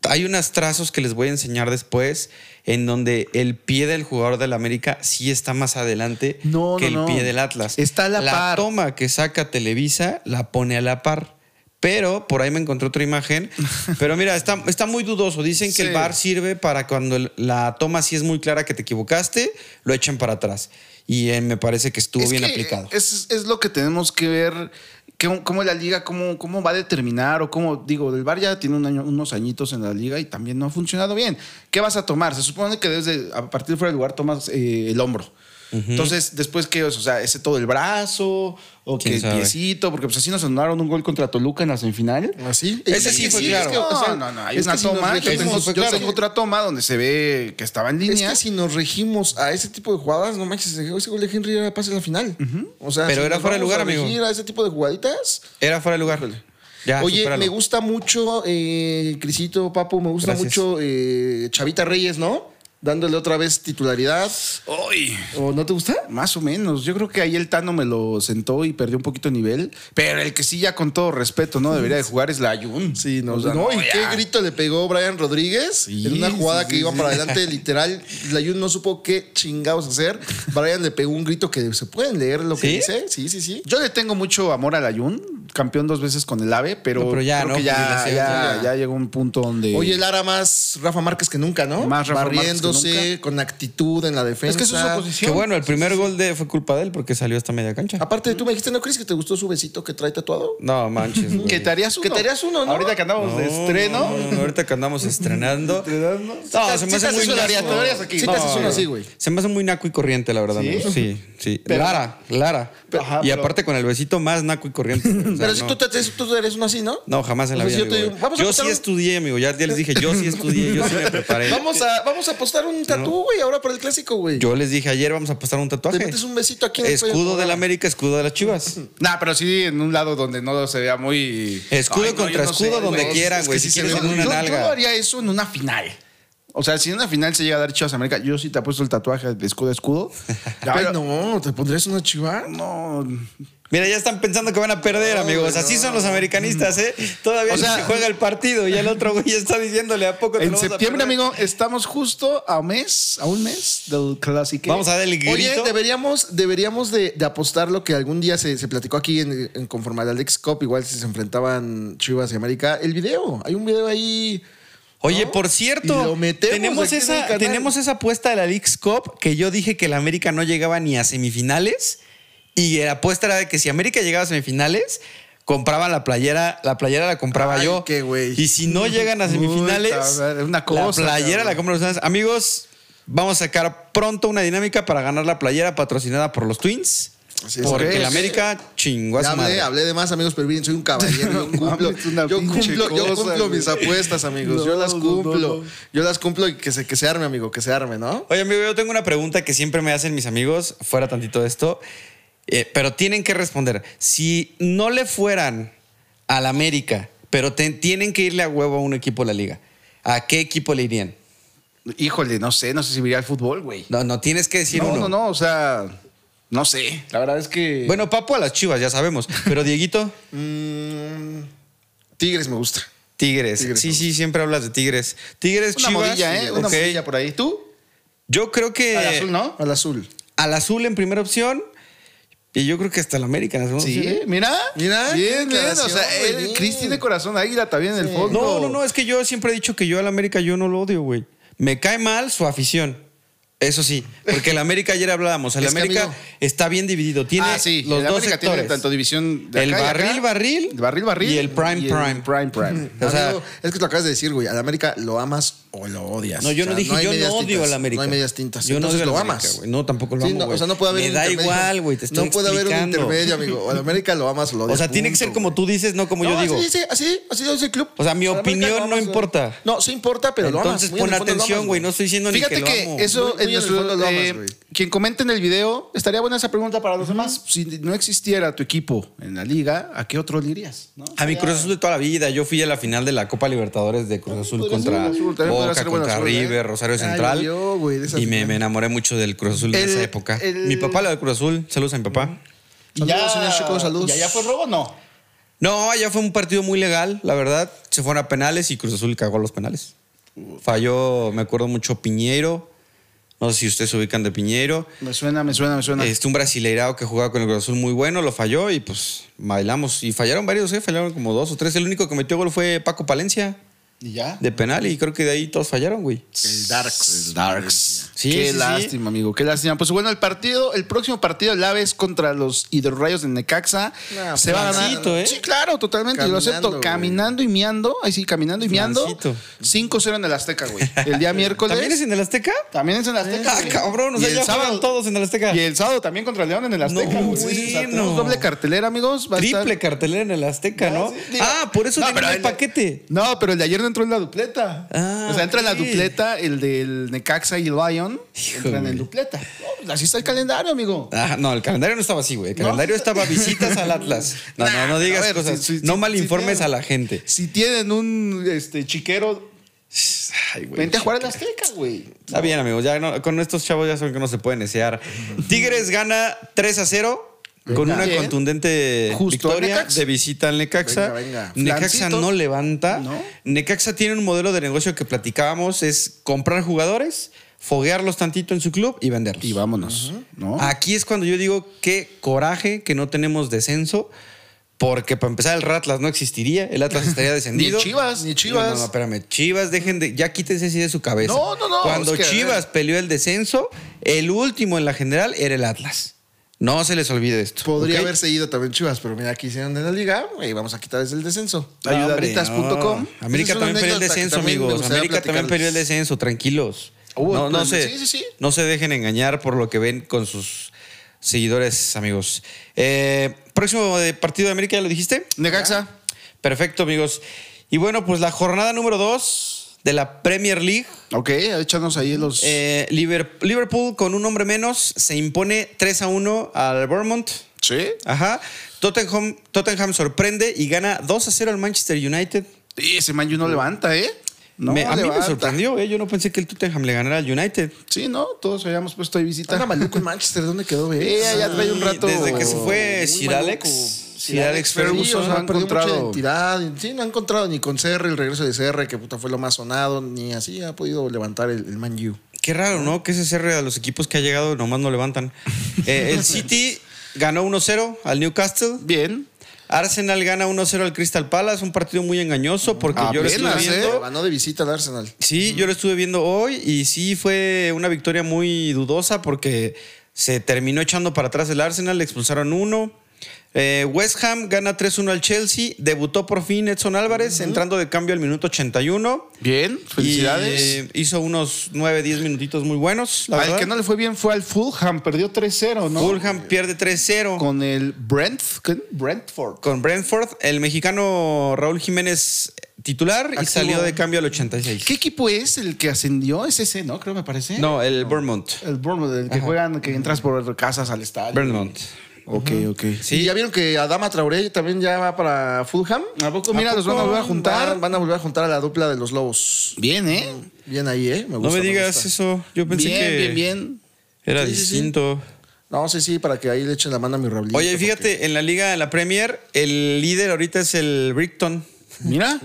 [SPEAKER 2] hay unos trazos que les voy a enseñar después en donde el pie del jugador del América sí está más adelante
[SPEAKER 1] No, no,
[SPEAKER 2] que el
[SPEAKER 1] no.
[SPEAKER 2] pie del Atlas.
[SPEAKER 1] Está a la par.
[SPEAKER 2] toma que saca Televisa la pone a la par. Pero por ahí me encontré
[SPEAKER 1] [laughs]
[SPEAKER 2] otra imagen. Pero mira, está, está muy dudoso. Dicen que
[SPEAKER 1] Sí.
[SPEAKER 2] el bar sirve para cuando el- la toma sí es muy clara que te equivocaste, lo echan para atrás. Y eh, me parece que estuvo
[SPEAKER 1] Es
[SPEAKER 2] bien
[SPEAKER 1] que
[SPEAKER 2] aplicado.
[SPEAKER 3] eh,
[SPEAKER 1] Es, es lo que tenemos que ver, que- cómo la liga, cómo, cómo va a determinar o cómo, digo, del bar ya tiene un año- unos añitos en la liga y también no ha funcionado bien. ¿Qué vas a tomar? Se supone que desde, a partir de fuera del lugar tomas eh, el hombro. Entonces, después que, o sea, ese todo el brazo o que
[SPEAKER 2] ¿Quién
[SPEAKER 1] el
[SPEAKER 2] sabe?
[SPEAKER 1] piecito, porque pues así nos sonaron un gol contra Toluca en la semifinal.
[SPEAKER 3] Así.
[SPEAKER 2] Ese sí fue claro.
[SPEAKER 3] o
[SPEAKER 1] No,
[SPEAKER 3] sea,
[SPEAKER 1] no, no, hay
[SPEAKER 3] es
[SPEAKER 1] una
[SPEAKER 3] que si nos
[SPEAKER 1] toma. yo
[SPEAKER 3] regimos-
[SPEAKER 1] tengo, yo
[SPEAKER 3] yo
[SPEAKER 1] tengo
[SPEAKER 3] sé-
[SPEAKER 1] otra toma donde se ve que estaba en
[SPEAKER 3] Es
[SPEAKER 1] línea.
[SPEAKER 3] que si nos regimos a ese tipo de jugadas, no manches, ese gol de Henry era pase en la final. O sea,
[SPEAKER 2] Pero
[SPEAKER 3] si
[SPEAKER 2] era
[SPEAKER 3] nos
[SPEAKER 2] fuera de
[SPEAKER 3] vamos
[SPEAKER 2] lugar,
[SPEAKER 3] a
[SPEAKER 2] amigo.
[SPEAKER 3] regir a ese tipo de jugaditas.
[SPEAKER 2] Era fuera de lugar. Ya,
[SPEAKER 3] Oye,
[SPEAKER 2] supéralo.
[SPEAKER 3] me gusta mucho, eh, Crisito, Papo, me gusta
[SPEAKER 2] Gracias.
[SPEAKER 3] mucho eh, Chavita Reyes, ¿no? Dándole otra vez titularidad.
[SPEAKER 1] ¡Ay!
[SPEAKER 3] ¿O no te gusta?
[SPEAKER 1] Más o menos. Yo creo que ahí el Tano me lo sentó y perdió un poquito de nivel. Pero el que sí, ya con todo respeto, ¿no? Debería de jugar es la Ayun.
[SPEAKER 3] Sí, no,
[SPEAKER 1] O sea,
[SPEAKER 3] Pues, no, y
[SPEAKER 1] ya.
[SPEAKER 3] qué grito le pegó Brian Rodríguez
[SPEAKER 1] Sí,
[SPEAKER 3] en una jugada
[SPEAKER 1] sí,
[SPEAKER 3] que
[SPEAKER 1] sí,
[SPEAKER 3] iba
[SPEAKER 1] sí.
[SPEAKER 3] para
[SPEAKER 1] [laughs]
[SPEAKER 3] adelante, literal. Layun no supo qué chingados hacer. Brian le pegó un grito que se pueden leer lo que
[SPEAKER 2] ¿Sí?
[SPEAKER 3] dice. Sí, sí, sí.
[SPEAKER 1] Yo le tengo mucho amor al Ayun, campeón dos veces con el AVE, pero,
[SPEAKER 2] No, pero ya,
[SPEAKER 1] creo
[SPEAKER 2] ¿no?
[SPEAKER 1] que
[SPEAKER 2] Pues,
[SPEAKER 1] ya,
[SPEAKER 2] la
[SPEAKER 1] ya,
[SPEAKER 2] segunda.
[SPEAKER 1] ya llegó un punto donde.
[SPEAKER 3] Oye, Lara más Rafa Márquez que nunca, ¿no?
[SPEAKER 1] Más Rafa Márquez que
[SPEAKER 3] Barriéndose,
[SPEAKER 1] nunca.
[SPEAKER 3] con actitud en la Ah, defensa.
[SPEAKER 1] es que eso es
[SPEAKER 2] Que
[SPEAKER 1] oposición.
[SPEAKER 2] bueno, el primer gol de fue culpa de él porque salió hasta media cancha.
[SPEAKER 3] Aparte, tú me dijiste, ¿no crees que te gustó su besito que trae tatuado?
[SPEAKER 2] No, manches. güey.
[SPEAKER 1] Que te harías uno.
[SPEAKER 3] Que te harías uno, ¿no?
[SPEAKER 1] Ahorita que andamos de
[SPEAKER 2] No,
[SPEAKER 1] estreno.
[SPEAKER 2] no, no, ahorita que andamos
[SPEAKER 3] [laughs]
[SPEAKER 2] estrenando.
[SPEAKER 1] Estrenando.
[SPEAKER 2] No, se me
[SPEAKER 3] Sí te
[SPEAKER 2] hace muy
[SPEAKER 3] haces unas
[SPEAKER 2] naco.
[SPEAKER 3] aleatorias aquí. Sí te haces uno así, güey.
[SPEAKER 2] Se me hace muy naco y corriente, la verdad. amigo. Sí, sí.
[SPEAKER 1] Pero-
[SPEAKER 2] Lara, Lara.
[SPEAKER 1] Ajá,
[SPEAKER 2] y
[SPEAKER 1] pero-
[SPEAKER 2] aparte con el besito más naco y corriente. güey. O sea,
[SPEAKER 3] Pero si
[SPEAKER 2] no.
[SPEAKER 3] tú, te, tú eres uno así, ¿no?
[SPEAKER 2] No, jamás en la
[SPEAKER 3] O sea,
[SPEAKER 2] vida.
[SPEAKER 3] si yo te
[SPEAKER 2] amigo,
[SPEAKER 3] digo,
[SPEAKER 2] güey.
[SPEAKER 3] vamos a
[SPEAKER 2] yo sí
[SPEAKER 3] apostar un-
[SPEAKER 2] estudié, amigo. Ya les dije, yo sí estudié, yo sí me preparé.
[SPEAKER 3] Vamos a, vamos a apostar un tatú, güey, ahora para el clásico, güey.
[SPEAKER 2] Yo les dije ayer, vamos a apostar un tatuaje.
[SPEAKER 3] Te metes un besito aquí en el
[SPEAKER 2] Escudo
[SPEAKER 3] cuello.
[SPEAKER 2] del América, escudo de las Chivas.
[SPEAKER 1] Nah, pero sí en un lado donde no se vea muy.
[SPEAKER 2] Escudo
[SPEAKER 1] Ay, no,
[SPEAKER 2] contra
[SPEAKER 1] yo no sé,
[SPEAKER 2] escudo, donde
[SPEAKER 1] güey.
[SPEAKER 2] quieran,
[SPEAKER 1] Es
[SPEAKER 2] güey,
[SPEAKER 1] que
[SPEAKER 2] si
[SPEAKER 1] sí se
[SPEAKER 2] quieren
[SPEAKER 1] ve-
[SPEAKER 2] en una
[SPEAKER 1] yo-
[SPEAKER 2] nalga.
[SPEAKER 1] Yo haría eso en una final. O sea, si en una final se llega a dar Chivas América, yo sí te apuesto el tatuaje de escudo a [laughs] escudo.
[SPEAKER 3] Ay,
[SPEAKER 1] Pero-
[SPEAKER 3] no, ¿te pondrías una chiva?
[SPEAKER 1] No.
[SPEAKER 2] Mira, ya están pensando que van a perder, amigos. Así son los americanistas, ¿eh? Todavía
[SPEAKER 1] O
[SPEAKER 2] ni
[SPEAKER 1] sea-
[SPEAKER 2] se juega el partido y el otro güey ya está diciéndole a poco. te
[SPEAKER 1] En
[SPEAKER 2] lo vas a
[SPEAKER 1] septiembre,
[SPEAKER 2] perder?
[SPEAKER 1] amigo, estamos justo a un mes, a un mes del clásico.
[SPEAKER 2] Vamos a dar el grito.
[SPEAKER 3] Oye, deberíamos, deberíamos de, de apostar lo que algún día se, se platicó aquí en, en conforme al Alex Cup, igual si se enfrentaban Chivas y América, el video. Hay un video ahí.
[SPEAKER 2] Oye,
[SPEAKER 3] ¿no?
[SPEAKER 2] por
[SPEAKER 3] Y
[SPEAKER 2] cierto,
[SPEAKER 3] lo metemos
[SPEAKER 2] tenemos,
[SPEAKER 3] aquí en el
[SPEAKER 2] esa,
[SPEAKER 3] canal.
[SPEAKER 2] tenemos esa apuesta de la Leagues Cup que yo dije que la América no llegaba ni a semifinales y la apuesta era de que si América llegaba a semifinales compraban la playera, la playera la compraba
[SPEAKER 3] Ay,
[SPEAKER 2] yo.
[SPEAKER 3] qué güey.
[SPEAKER 2] Y si
[SPEAKER 3] [laughs]
[SPEAKER 2] no llegan a semifinales,
[SPEAKER 1] Puta, madre, una cosa,
[SPEAKER 2] la playera
[SPEAKER 1] cabrón.
[SPEAKER 2] la compran ustedes. Amigos, vamos a sacar pronto una dinámica para ganar la playera patrocinada por los Twins.
[SPEAKER 3] Así es,
[SPEAKER 2] porque
[SPEAKER 3] ¿qué?
[SPEAKER 2] la América chingó a
[SPEAKER 3] Ya
[SPEAKER 2] su
[SPEAKER 3] hablé,
[SPEAKER 2] madre.
[SPEAKER 3] hablé de más, amigos, pero miren, soy un caballero. Yo cumplo,
[SPEAKER 1] mames, una
[SPEAKER 3] yo
[SPEAKER 1] pinche
[SPEAKER 3] cumplo, yo
[SPEAKER 1] cosa,
[SPEAKER 3] cumplo
[SPEAKER 1] güey.
[SPEAKER 3] mis apuestas, amigos. yo
[SPEAKER 1] No,
[SPEAKER 3] las
[SPEAKER 1] no,
[SPEAKER 3] cumplo.
[SPEAKER 1] no, no.
[SPEAKER 3] Yo las cumplo y que se, que se arme, amigo, que se arme, ¿no?
[SPEAKER 2] Oye, amigo, yo tengo una pregunta que siempre me hacen mis amigos, fuera tantito de esto, eh, pero tienen que responder. Si no le fueran al América, pero te- tienen que irle a huevo a un equipo de la liga, ¿a qué equipo le irían?
[SPEAKER 1] Híjole, no sé, no sé si iría al fútbol, güey.
[SPEAKER 2] No, no tienes que decir
[SPEAKER 1] No,
[SPEAKER 2] uno.
[SPEAKER 1] no, no, o sea, no sé. La verdad es que.
[SPEAKER 2] Bueno, Papo a las chivas, ya sabemos,
[SPEAKER 1] [laughs]
[SPEAKER 2] pero Dieguito,
[SPEAKER 3] Mm, Tigres me gusta.
[SPEAKER 2] Tigres.
[SPEAKER 3] Tigres,
[SPEAKER 2] sí,
[SPEAKER 3] ¿no?
[SPEAKER 2] sí, siempre hablas de Tigres. Tigres,
[SPEAKER 1] una
[SPEAKER 2] chivas.
[SPEAKER 1] modilla, ¿eh? Una
[SPEAKER 2] ok. Eh,
[SPEAKER 1] modilla por ahí. ¿Tú?
[SPEAKER 2] Yo creo que.
[SPEAKER 1] Al azul, ¿no?
[SPEAKER 3] Al azul.
[SPEAKER 2] Al azul en primera opción. Y yo creo que hasta el América en la segunda opción, ¿eh?
[SPEAKER 1] Sí, mira.
[SPEAKER 3] Mira,
[SPEAKER 1] Bien,
[SPEAKER 3] qué
[SPEAKER 1] bien. O sea,
[SPEAKER 3] declaración,
[SPEAKER 1] el
[SPEAKER 3] bien.
[SPEAKER 1] Chris tiene corazón águila también en el fondo.
[SPEAKER 2] No, no, no, es que yo siempre he dicho que yo al América yo no lo odio, güey. Me cae mal su afición. Eso sí, porque el América ayer hablábamos, el
[SPEAKER 3] Es que,
[SPEAKER 2] América
[SPEAKER 3] amigo-
[SPEAKER 2] está bien dividido, tiene
[SPEAKER 1] ah, sí.
[SPEAKER 2] los
[SPEAKER 1] el
[SPEAKER 2] dos
[SPEAKER 1] América
[SPEAKER 2] sectores.
[SPEAKER 1] tiene tanto división de
[SPEAKER 2] el
[SPEAKER 1] acá y acá.
[SPEAKER 2] barril, barril,
[SPEAKER 1] El barril, barril.
[SPEAKER 2] y el prime, prime.
[SPEAKER 1] prime,
[SPEAKER 2] [laughs]
[SPEAKER 1] prime.
[SPEAKER 2] O sea,
[SPEAKER 3] Amigo, es que tú acabas de decir, güey, al América lo amas o lo odias.
[SPEAKER 2] no, yo
[SPEAKER 3] O
[SPEAKER 2] no
[SPEAKER 3] sea,
[SPEAKER 2] dije
[SPEAKER 3] hay
[SPEAKER 2] yo
[SPEAKER 3] medias
[SPEAKER 2] no odio
[SPEAKER 3] tintas,
[SPEAKER 2] al América.
[SPEAKER 3] No hay medias tintas.
[SPEAKER 2] Yo no
[SPEAKER 3] Entonces
[SPEAKER 2] odio al
[SPEAKER 3] lo
[SPEAKER 2] América,
[SPEAKER 3] amas.
[SPEAKER 2] güey. No, tampoco lo
[SPEAKER 3] Sí,
[SPEAKER 2] amo,
[SPEAKER 3] no,
[SPEAKER 2] güey.
[SPEAKER 3] o sea, no puede haber
[SPEAKER 2] Me
[SPEAKER 3] un
[SPEAKER 2] da
[SPEAKER 3] intermedio.
[SPEAKER 2] igual, güey, te estoy
[SPEAKER 3] No puede haber un
[SPEAKER 2] explicando.
[SPEAKER 3] intermedio, amigo. O al América lo amas o
[SPEAKER 2] [laughs]
[SPEAKER 3] lo
[SPEAKER 2] O
[SPEAKER 3] odias.
[SPEAKER 2] sea, tiene que
[SPEAKER 3] punto,
[SPEAKER 2] ser como
[SPEAKER 3] güey.
[SPEAKER 2] tú dices, no como
[SPEAKER 3] No,
[SPEAKER 2] yo digo.
[SPEAKER 3] Así dice, así, así dice el club.
[SPEAKER 2] O sea, mi
[SPEAKER 3] Al América
[SPEAKER 2] opinión
[SPEAKER 3] lo
[SPEAKER 2] no
[SPEAKER 3] güey.
[SPEAKER 2] importa.
[SPEAKER 3] No, sí importa, pero lo amas.
[SPEAKER 2] Entonces
[SPEAKER 3] muy en
[SPEAKER 2] pon
[SPEAKER 3] el fondo lo
[SPEAKER 2] atención,
[SPEAKER 3] amas,
[SPEAKER 2] güey, no estoy diciendo
[SPEAKER 1] Fíjate
[SPEAKER 2] ni que,
[SPEAKER 1] que,
[SPEAKER 2] lo amo.
[SPEAKER 1] eso
[SPEAKER 3] Muy- muy
[SPEAKER 1] en
[SPEAKER 3] en
[SPEAKER 1] nuestro-
[SPEAKER 3] el fondo lo amas,
[SPEAKER 1] eh,
[SPEAKER 3] güey.
[SPEAKER 1] quien comente en el video, estaría buena esa pregunta para los demás. Si no existiera tu equipo en la liga, ¿a qué otro le irías? no?
[SPEAKER 2] A mi Cruz Azul de toda la vida. Yo fui a la final de la Copa Libertadores de Cruz Azul
[SPEAKER 1] podría ser
[SPEAKER 2] contra
[SPEAKER 1] Ah, Cruz Azul, también podría
[SPEAKER 2] Boca,
[SPEAKER 1] ser buena
[SPEAKER 2] contra
[SPEAKER 1] suerte, ¿eh?
[SPEAKER 2] River, Rosario
[SPEAKER 3] Ay,
[SPEAKER 2] Central.
[SPEAKER 3] yo, güey, de esa
[SPEAKER 2] y me,
[SPEAKER 3] final.
[SPEAKER 2] me enamoré mucho del Cruz Azul de
[SPEAKER 1] El-
[SPEAKER 2] esa época.
[SPEAKER 1] el-
[SPEAKER 2] Mi papá lo de Cruz Azul. Saludos a mi papá.
[SPEAKER 1] Y ya,
[SPEAKER 3] Saludos, señor Chico, saludos.
[SPEAKER 1] ¿Y allá fue robo o no?
[SPEAKER 2] No, allá fue un partido muy legal, la verdad. Se fueron a penales y Cruz Azul cagó los penales. Falló, me acuerdo mucho, Piñeiro. No sé si ustedes se ubican de Piñeiro.
[SPEAKER 1] Me suena, me suena, me suena.
[SPEAKER 2] Este, un brasileirado que jugaba con el Cruz Azul muy bueno, lo falló y pues bailamos. Y fallaron varios, ¿eh? Fallaron como dos o tres. El único que metió gol fue Paco Palencia.
[SPEAKER 1] Y ya.
[SPEAKER 2] de penal y creo que de ahí todos fallaron, güey.
[SPEAKER 1] El Darks. El Darks.
[SPEAKER 2] Sí,
[SPEAKER 1] qué
[SPEAKER 2] sí, sí.
[SPEAKER 1] lástima, amigo. Qué lástima. Pues bueno, el partido, el próximo partido del Ave es contra los hidrorrayos de Necaxa.
[SPEAKER 3] Nah,
[SPEAKER 1] se va a ganar.
[SPEAKER 2] Flancito, ¿eh?
[SPEAKER 1] Sí, claro, totalmente. yo lo
[SPEAKER 3] Caminando,
[SPEAKER 1] acepto.
[SPEAKER 3] güey.
[SPEAKER 1] Caminando y miando. Ahí sí, caminando y miando.
[SPEAKER 2] Flancito.
[SPEAKER 1] 5-0 en el Azteca, güey. El
[SPEAKER 2] [laughs]
[SPEAKER 1] día miércoles.
[SPEAKER 2] ¿También es en el Azteca?
[SPEAKER 1] También es en el Azteca.
[SPEAKER 2] Ah,
[SPEAKER 1] güey.
[SPEAKER 2] cabrón, o
[SPEAKER 1] Y
[SPEAKER 2] sea,
[SPEAKER 1] el
[SPEAKER 2] ya
[SPEAKER 1] sábado-
[SPEAKER 2] juegan todos en el Azteca.
[SPEAKER 1] Y el sábado también contra el León en el Azteca.
[SPEAKER 2] No,
[SPEAKER 1] güey. Sí, o sea,
[SPEAKER 2] bueno.
[SPEAKER 1] tenemos doble cartelera, amigos. Va a estar-
[SPEAKER 2] Triple cartelera en el Azteca, ¿no?
[SPEAKER 1] sí, digo-
[SPEAKER 2] ah, por eso
[SPEAKER 1] No,
[SPEAKER 2] tiene
[SPEAKER 1] pero
[SPEAKER 2] el
[SPEAKER 1] el-
[SPEAKER 2] paquete.
[SPEAKER 1] No, pero el de ayer no entró en la dupleta.
[SPEAKER 2] Ah,
[SPEAKER 1] o sea, entra en la
[SPEAKER 2] ok.
[SPEAKER 1] dupleta el del Necaxa y Lion. entran en
[SPEAKER 2] güey.
[SPEAKER 1] dupleta. No, pues así está el calendario, amigo.
[SPEAKER 2] Ah, no, el calendario no estaba así, güey. El calendario estaba visitas al Atlas. No, no, no digas
[SPEAKER 1] A ver,
[SPEAKER 2] cosas.
[SPEAKER 1] sí, sí,
[SPEAKER 2] no
[SPEAKER 1] sí,
[SPEAKER 2] malinformes
[SPEAKER 1] sí,
[SPEAKER 2] a la gente.
[SPEAKER 1] Si tienen un este, chiquero,
[SPEAKER 2] Ay, güey.
[SPEAKER 1] vente a jugar al Azteca, güey.
[SPEAKER 2] Está bien, amigos. Ya no- con estos chavos ya saben que no se pueden desear. Tigres gana 3 a 0 con
[SPEAKER 1] Venga.
[SPEAKER 2] una
[SPEAKER 1] Bien.
[SPEAKER 2] contundente
[SPEAKER 1] Justo al
[SPEAKER 2] victoria
[SPEAKER 1] Necaxa.
[SPEAKER 2] de visita al Necaxa.
[SPEAKER 3] Venga, venga.
[SPEAKER 2] Necaxa
[SPEAKER 1] Flancito.
[SPEAKER 2] no levanta.
[SPEAKER 1] No.
[SPEAKER 2] Necaxa tiene un modelo de negocio que platicábamos, es comprar jugadores, foguearlos tantito en su club y Ah, venderlos.
[SPEAKER 1] Y vámonos, ¿no?
[SPEAKER 2] Aquí es cuando yo digo qué coraje que no tenemos descenso, porque para empezar el Atlas no existiría, el Atlas estaría
[SPEAKER 1] [laughs]
[SPEAKER 2] descendido.
[SPEAKER 1] Ni Chivas, ni Chivas.
[SPEAKER 2] No, no, espérame, Chivas, dejen de, ya quítense así de su cabeza.
[SPEAKER 1] No, no, no,
[SPEAKER 2] Cuando
[SPEAKER 1] es que-
[SPEAKER 2] Chivas peleó el descenso, el último en la general era el Atlas. No se les olvide esto.
[SPEAKER 3] Podría
[SPEAKER 2] ¿ok?
[SPEAKER 3] haberse ido también Chivas, pero mira, aquí hicieron en la liga y vamos a quitarles el descenso.
[SPEAKER 2] No, hombre,
[SPEAKER 3] Ayudaritas.com.
[SPEAKER 2] no. América
[SPEAKER 3] Esa es
[SPEAKER 2] también
[SPEAKER 3] una
[SPEAKER 2] peleó el
[SPEAKER 3] anécdota que
[SPEAKER 2] descenso,
[SPEAKER 3] también me
[SPEAKER 2] amigos.
[SPEAKER 3] gustaría
[SPEAKER 2] América también
[SPEAKER 3] platicarles.
[SPEAKER 2] peleó el descenso, tranquilos.
[SPEAKER 1] Hubo
[SPEAKER 2] no, no
[SPEAKER 1] plan-
[SPEAKER 2] se,
[SPEAKER 1] sí, sí, sí.
[SPEAKER 2] no se dejen engañar por lo que ven con sus seguidores, amigos. Eh, próximo de partido de América, ¿ya lo dijiste?
[SPEAKER 1] Necaxa.
[SPEAKER 2] Perfecto, amigos. Y bueno, pues la jornada número 2 de la Premier League.
[SPEAKER 1] Ok, échanos ahí los.
[SPEAKER 2] Eh, Liver- Liverpool con un hombre menos se impone 3 a 1 al Bournemouth.
[SPEAKER 1] sí.
[SPEAKER 2] Ajá. Tottenham, Tottenham sorprende y gana 2 a 0 al Manchester United.
[SPEAKER 1] Sí, Ese man no levanta, ¿eh? No,
[SPEAKER 2] Me- a mí me
[SPEAKER 1] levanta.
[SPEAKER 2] sorprendió, eh. yo no pensé que el Tottenham le ganara al United.
[SPEAKER 1] Sí, ¿no? Todos habíamos puesto ahí visita.
[SPEAKER 3] Anda maluco en Manchester, ¿dónde quedó?
[SPEAKER 1] Sí,
[SPEAKER 3] Eh,
[SPEAKER 1] ya trae un rato.
[SPEAKER 2] Desde que se fue
[SPEAKER 3] Muy
[SPEAKER 2] Sir
[SPEAKER 3] maluco.
[SPEAKER 2] Alex, Sir Alex
[SPEAKER 1] Ferguson,
[SPEAKER 3] Sí, o
[SPEAKER 2] Ferguson.
[SPEAKER 3] sea,
[SPEAKER 1] no han
[SPEAKER 3] perdió mucha
[SPEAKER 1] encontrado.
[SPEAKER 3] identidad. Sí, no ha encontrado ni con CR el regreso de CR, que puta fue lo más sonado, ni así ha podido levantar el, el Man U.
[SPEAKER 2] Qué raro, ¿no? Que ese cierre a los equipos que ha llegado nomás
[SPEAKER 1] [laughs]
[SPEAKER 2] no levantan. Eh, el City ganó 1-0 al Newcastle.
[SPEAKER 1] [laughs] Bien.
[SPEAKER 2] Arsenal gana 1-0 al Crystal Palace. Un partido muy engañoso porque yo lo estuve
[SPEAKER 1] Apenas, ¿eh?
[SPEAKER 2] viendo.
[SPEAKER 3] Ganó de visita al Arsenal.
[SPEAKER 2] Sí, yo lo estuve viendo hoy y sí fue una victoria muy dudosa porque se terminó echando para atrás el Arsenal, le expulsaron uno. Eh, West Ham gana 3-1 al Chelsea, debutó por fin Edson Álvarez entrando de cambio al minuto 81.
[SPEAKER 1] Bien. Felicidades.
[SPEAKER 2] Y, eh, hizo unos 9, 10 minutitos muy buenos. La
[SPEAKER 1] al
[SPEAKER 2] verdad.
[SPEAKER 1] que no le fue bien fue al Fulham. Perdió 3-0, ¿no?
[SPEAKER 2] Fulham pierde 3-0 con,
[SPEAKER 1] Con el Brent, ¿qué? Brentford.
[SPEAKER 2] Brentford. El mexicano Raúl Jiménez titular y
[SPEAKER 1] Activo.
[SPEAKER 2] salió de cambio al 86.
[SPEAKER 1] ¿Qué equipo es el que ascendió? Es ese, ¿no? Creo me parece.
[SPEAKER 2] No, el Bournemouth.
[SPEAKER 1] El Bournemouth, el que juegan, que entras por casas al estadio.
[SPEAKER 2] Bournemouth.
[SPEAKER 1] Ok, ok.
[SPEAKER 2] Sí.
[SPEAKER 3] Y ya vieron que Adama Traoré también ya va para Fulham.
[SPEAKER 1] ¿A poco? Mira, los van a volver a juntar.
[SPEAKER 3] Van, van a volver a juntar a la dupla de los Lobos.
[SPEAKER 1] Bien, ¿eh?
[SPEAKER 3] Bien ahí, ¿eh? Me
[SPEAKER 2] No
[SPEAKER 3] gusta.
[SPEAKER 2] me digas
[SPEAKER 3] gusta.
[SPEAKER 2] eso. Yo pensé
[SPEAKER 1] bien,
[SPEAKER 2] que
[SPEAKER 1] bien,
[SPEAKER 2] [laughs]
[SPEAKER 1] bien.
[SPEAKER 2] era
[SPEAKER 3] Sí, sí, sí.
[SPEAKER 2] distinto.
[SPEAKER 3] No, sí, sí, para que ahí le echen la mano a mi Raulito.
[SPEAKER 2] Oye, y fíjate, en la liga de la Premier, el líder ahorita es el Brighton.
[SPEAKER 1] Mira.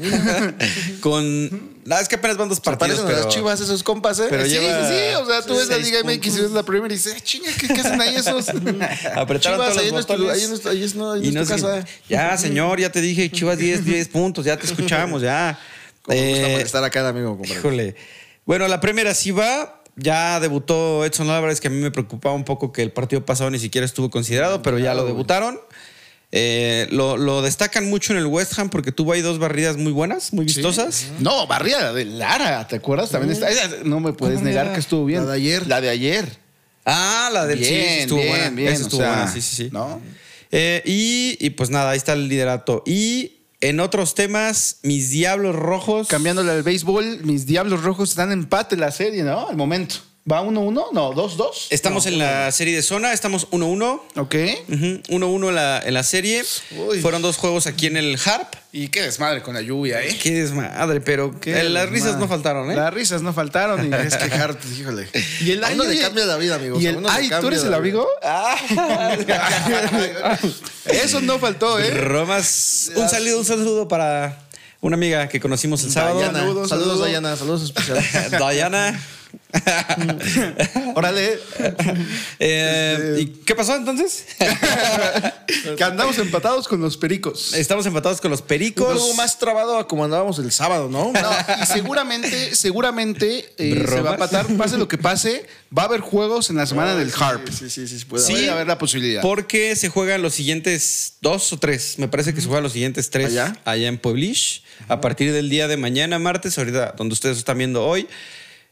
[SPEAKER 2] con. No, es que apenas van dos
[SPEAKER 3] porque
[SPEAKER 2] partidos.
[SPEAKER 3] Parecen a
[SPEAKER 2] Pero,
[SPEAKER 3] las chivas esos compas, ¿eh?
[SPEAKER 2] pero
[SPEAKER 3] sí,
[SPEAKER 2] lleva
[SPEAKER 3] sí, sí, o sea, tú ves la
[SPEAKER 2] seis
[SPEAKER 3] Liga MX y ves la Premier y dices, "Ah, chinga, ¿qué, qué hacen ahí esos? [laughs]
[SPEAKER 2] Apretaron todos
[SPEAKER 3] chivas,
[SPEAKER 2] los
[SPEAKER 3] ahí no es tu-
[SPEAKER 2] botones.
[SPEAKER 3] ahí no es tu- ahí es- no, este ahí
[SPEAKER 2] y
[SPEAKER 3] no es
[SPEAKER 2] no
[SPEAKER 3] tu
[SPEAKER 2] se-
[SPEAKER 3] casa.
[SPEAKER 2] Ya, señor, ya te dije, Chivas 10, 10 puntos,
[SPEAKER 3] [laughs]
[SPEAKER 2] ya te escuchamos, ya.
[SPEAKER 3] Como me gusta
[SPEAKER 2] Eh,
[SPEAKER 3] molestar acá, amigo, compadre.
[SPEAKER 2] Híjole. Bueno, la Premier así va. Ya debutó Edson Álvarez, que a mí me preocupaba un poco que el partido pasado ni siquiera estuvo considerado, pero ya lo debutaron. Eh, lo, lo destacan mucho en el West Ham porque tuvo ahí dos barridas muy buenas, muy vistosas.
[SPEAKER 1] No, barrida de Lara, ¿te acuerdas? También está. esa No me puedes negar que estuvo bien.
[SPEAKER 3] La de ayer.
[SPEAKER 1] La de ayer.
[SPEAKER 2] Ah, la del sí, sí,
[SPEAKER 1] Bien,
[SPEAKER 2] estuvo
[SPEAKER 1] bien,
[SPEAKER 2] buena.
[SPEAKER 1] bien,
[SPEAKER 2] Esa
[SPEAKER 1] o
[SPEAKER 2] estuvo
[SPEAKER 1] sea,
[SPEAKER 2] buena, sí, sí, sí.
[SPEAKER 1] ¿no?
[SPEAKER 2] Eh, y, y pues nada, ahí está el liderato. Y en otros temas, mis diablos rojos.
[SPEAKER 1] Cambiándole al béisbol, mis Diablos Rojos están en empate la serie, ¿no? Al momento. ¿Va 1-1? No, 2-2.
[SPEAKER 2] Estamos en la serie de zona, estamos 1-1.
[SPEAKER 1] Ok.
[SPEAKER 2] Ujú, 1-1 en la, en la serie.
[SPEAKER 1] Uy.
[SPEAKER 2] Fueron dos juegos aquí en el Harp.
[SPEAKER 1] Y qué desmadre con la lluvia, ¿eh?
[SPEAKER 2] Qué desmadre, pero
[SPEAKER 1] Qué
[SPEAKER 2] eh, las
[SPEAKER 1] desmadre.
[SPEAKER 2] risas no faltaron, ¿eh?
[SPEAKER 1] Las risas no faltaron. Y es que
[SPEAKER 3] Hart, híjole.
[SPEAKER 1] Y el
[SPEAKER 3] A uno
[SPEAKER 1] año-
[SPEAKER 3] le cambia la vida, amigos.
[SPEAKER 1] Y
[SPEAKER 3] a
[SPEAKER 1] el,
[SPEAKER 3] uno le
[SPEAKER 1] ay, ¿tú
[SPEAKER 3] cambia
[SPEAKER 1] eres
[SPEAKER 3] la
[SPEAKER 1] el
[SPEAKER 3] vida.
[SPEAKER 1] amigo? [laughs] Ah. [laughs] Eso no faltó, ¿eh?
[SPEAKER 2] [laughs] Romas, un saludo, un saludo para una amiga que conocimos el sábado.
[SPEAKER 3] Dayana.
[SPEAKER 1] Saludos,
[SPEAKER 3] [laughs] Saludos,
[SPEAKER 1] saludos.
[SPEAKER 3] [laughs] Dayana. Saludos especiales.
[SPEAKER 2] Dayana,
[SPEAKER 1] Órale,
[SPEAKER 2] Eh, ¿Y qué pasó entonces?
[SPEAKER 1] que andamos empatados con los pericos.
[SPEAKER 2] Estamos empatados con los pericos.
[SPEAKER 3] Todo más trabado a como andábamos el sábado, ¿no?
[SPEAKER 1] No, y
[SPEAKER 3] [laughs]
[SPEAKER 1] seguramente, seguramente eh, se va a patar, pase lo que pase, va a haber juegos en la semana del Harp.
[SPEAKER 3] Sí, sí, sí. puede
[SPEAKER 1] Sí,
[SPEAKER 3] haber.
[SPEAKER 1] puede haber la posibilidad.
[SPEAKER 2] Porque se juegan los siguientes dos o tres. Me parece que se juegan los siguientes tres
[SPEAKER 3] ¿Allá?
[SPEAKER 2] en Pueblish. A partir del día de mañana, martes, ahorita donde ustedes están viendo hoy,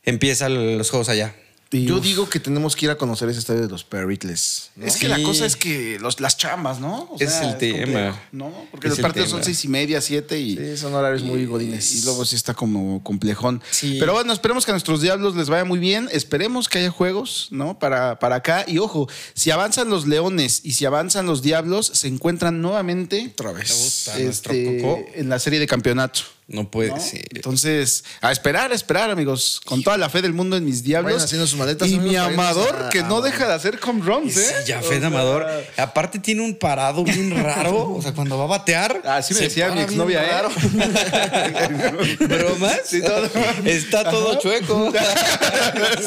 [SPEAKER 2] empiezan los juegos allá.
[SPEAKER 3] Yo digo que tenemos que ir a conocer ese estadio de los Pericles.
[SPEAKER 1] Es que
[SPEAKER 2] Sí.
[SPEAKER 1] la cosa es que los, las chambas, ¿no? O
[SPEAKER 2] Es el tema.
[SPEAKER 1] complejo, ¿no? Porque
[SPEAKER 2] Es
[SPEAKER 1] los
[SPEAKER 2] el
[SPEAKER 1] partidos
[SPEAKER 2] tema.
[SPEAKER 1] son seis y media, siete y.
[SPEAKER 3] Sí, son horarios muy godines.
[SPEAKER 1] Y luego sí está como complejón.
[SPEAKER 2] Sí.
[SPEAKER 1] Pero bueno, esperemos que a nuestros diablos les vaya muy bien. Esperemos que haya juegos, ¿no? Para, para acá. Y ojo, si avanzan los leones y si avanzan los diablos, se encuentran nuevamente
[SPEAKER 3] Otra vez.
[SPEAKER 2] Puta, nuestro
[SPEAKER 1] este,
[SPEAKER 2] Coco.
[SPEAKER 1] en la serie de campeonato.
[SPEAKER 2] No puede
[SPEAKER 3] Eh,
[SPEAKER 1] ¿no?
[SPEAKER 2] ser.
[SPEAKER 1] Entonces, a esperar, a esperar, amigos. Con toda la fe del mundo en mis diablos.
[SPEAKER 3] Vayan haciendo sus maletas,
[SPEAKER 1] y
[SPEAKER 3] amigos,
[SPEAKER 1] mi
[SPEAKER 3] para irnos
[SPEAKER 1] amador,
[SPEAKER 3] a-
[SPEAKER 1] que no
[SPEAKER 3] a-
[SPEAKER 1] deja de hacer home runs,
[SPEAKER 2] Sí,
[SPEAKER 1] ¿eh?
[SPEAKER 2] ya, Fed Amador. Aparte tiene un
[SPEAKER 1] [laughs]
[SPEAKER 2] parado bien raro. O sea, cuando va a batear.
[SPEAKER 1] Así me
[SPEAKER 2] se
[SPEAKER 1] decía
[SPEAKER 2] para
[SPEAKER 1] mi
[SPEAKER 2] bien
[SPEAKER 1] exnovia,
[SPEAKER 2] raro.
[SPEAKER 1] ¿eh?
[SPEAKER 2] [laughs] ¿Bromas? Está todo chueco.
[SPEAKER 1] [laughs]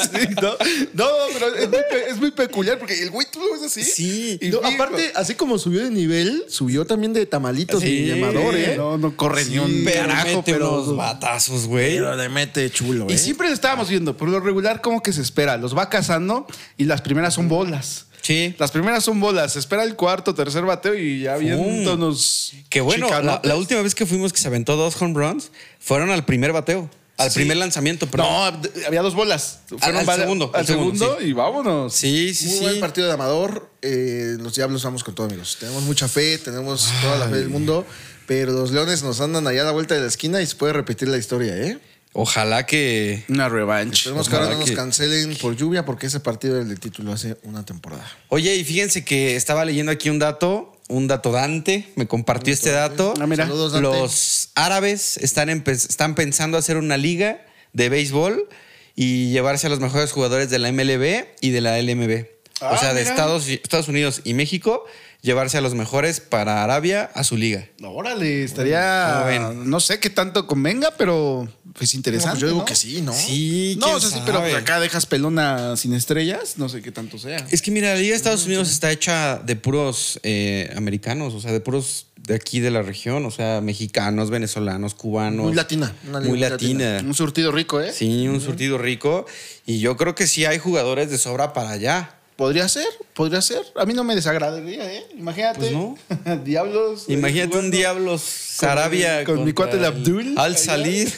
[SPEAKER 1] Sí, no, no, pero es muy, pe- es muy peculiar porque el güey tú lo ves así.
[SPEAKER 2] Sí.
[SPEAKER 1] Y
[SPEAKER 3] No,
[SPEAKER 1] fijo.
[SPEAKER 3] aparte, así como subió de nivel, subió también de tamalitos
[SPEAKER 2] Sí.
[SPEAKER 3] y de amador, ¿eh?
[SPEAKER 1] No, no corre ni un
[SPEAKER 2] Pero
[SPEAKER 1] carajo,
[SPEAKER 2] mete unos ¿eh?
[SPEAKER 1] pero.
[SPEAKER 2] batazos, güey.
[SPEAKER 3] le mete chulo, ¿eh?
[SPEAKER 1] Y siempre lo estábamos viendo, por lo regular, como que se espera. Los va cazando y las primeras son bolas.
[SPEAKER 2] Sí.
[SPEAKER 1] Las primeras son bolas. Se espera el cuarto, tercer bateo y ya vienen
[SPEAKER 2] Fum.
[SPEAKER 1] tonos.
[SPEAKER 2] Que bueno, la,
[SPEAKER 1] chicanotes.
[SPEAKER 2] la última vez que fuimos que se aventó dos home runs, fueron al primer bateo, al primer lanzamiento, perdón.
[SPEAKER 1] No, d- había dos bolas.
[SPEAKER 2] al
[SPEAKER 1] varias-
[SPEAKER 2] segundo,
[SPEAKER 1] Al
[SPEAKER 2] al segundo,
[SPEAKER 1] segundo y vámonos.
[SPEAKER 2] Sí, sí,
[SPEAKER 3] Muy
[SPEAKER 2] sí.
[SPEAKER 3] buen partido de Amador. Eh, los Diablos vamos con todo, amigos. Tenemos mucha fe, tenemos toda la fe del mundo. Pero los Leones nos andan allá a la vuelta de la esquina y se puede repetir la historia, ¿eh?
[SPEAKER 2] Ojalá que.
[SPEAKER 1] Una revancha.
[SPEAKER 3] Esperemos que ahora no
[SPEAKER 2] Ojalá
[SPEAKER 3] nos
[SPEAKER 2] que-
[SPEAKER 3] cancelen por lluvia porque ese partido era el del título hace una temporada.
[SPEAKER 2] Oye, y fíjense que estaba leyendo aquí un dato, un dato Dante, me compartió este dato.
[SPEAKER 1] Ah, mira.
[SPEAKER 3] Saludos, Dante.
[SPEAKER 2] Los árabes están, empe- están pensando hacer una liga de béisbol y llevarse a los mejores jugadores de la MLB y de la LMB.
[SPEAKER 1] Ah,
[SPEAKER 2] o sea, de
[SPEAKER 1] mira.
[SPEAKER 2] Estados, Estados Unidos y México, llevarse a los mejores para Arabia a su liga.
[SPEAKER 1] Órale, estaría.
[SPEAKER 2] ¿Cómo
[SPEAKER 1] No sé qué tanto convenga, pero es interesante.
[SPEAKER 3] No, pues yo digo
[SPEAKER 1] ¿no?
[SPEAKER 3] que sí, ¿no?
[SPEAKER 2] Sí,
[SPEAKER 1] No,
[SPEAKER 2] quién
[SPEAKER 1] o sea, sí, pero
[SPEAKER 2] sabe.
[SPEAKER 1] pues, acá dejas pelona sin estrellas, no sé qué tanto sea.
[SPEAKER 2] Es que mira, la Liga de Estados Unidos está hecha de puros eh, americanos, o sea, de puros de aquí de la región, o sea, mexicanos, venezolanos, cubanos.
[SPEAKER 3] Muy latina, una liga
[SPEAKER 2] Muy
[SPEAKER 3] muy
[SPEAKER 2] latina.
[SPEAKER 1] Un surtido rico, ¿eh?
[SPEAKER 2] Sí, un surtido rico. Y yo creo que sí hay jugadores de sobra para allá.
[SPEAKER 1] Podría ser, podría ser. A mí no me desagradaría, ¿eh? Imagínate.
[SPEAKER 2] Pues no.
[SPEAKER 1] [laughs] Diablos. eh,
[SPEAKER 2] Imagínate un
[SPEAKER 1] jugando.
[SPEAKER 2] Diablos
[SPEAKER 1] Con-
[SPEAKER 2] Arabia.
[SPEAKER 1] con mi cuate
[SPEAKER 2] contra
[SPEAKER 1] el Abdul.
[SPEAKER 2] Al
[SPEAKER 3] [laughs]
[SPEAKER 2] salir.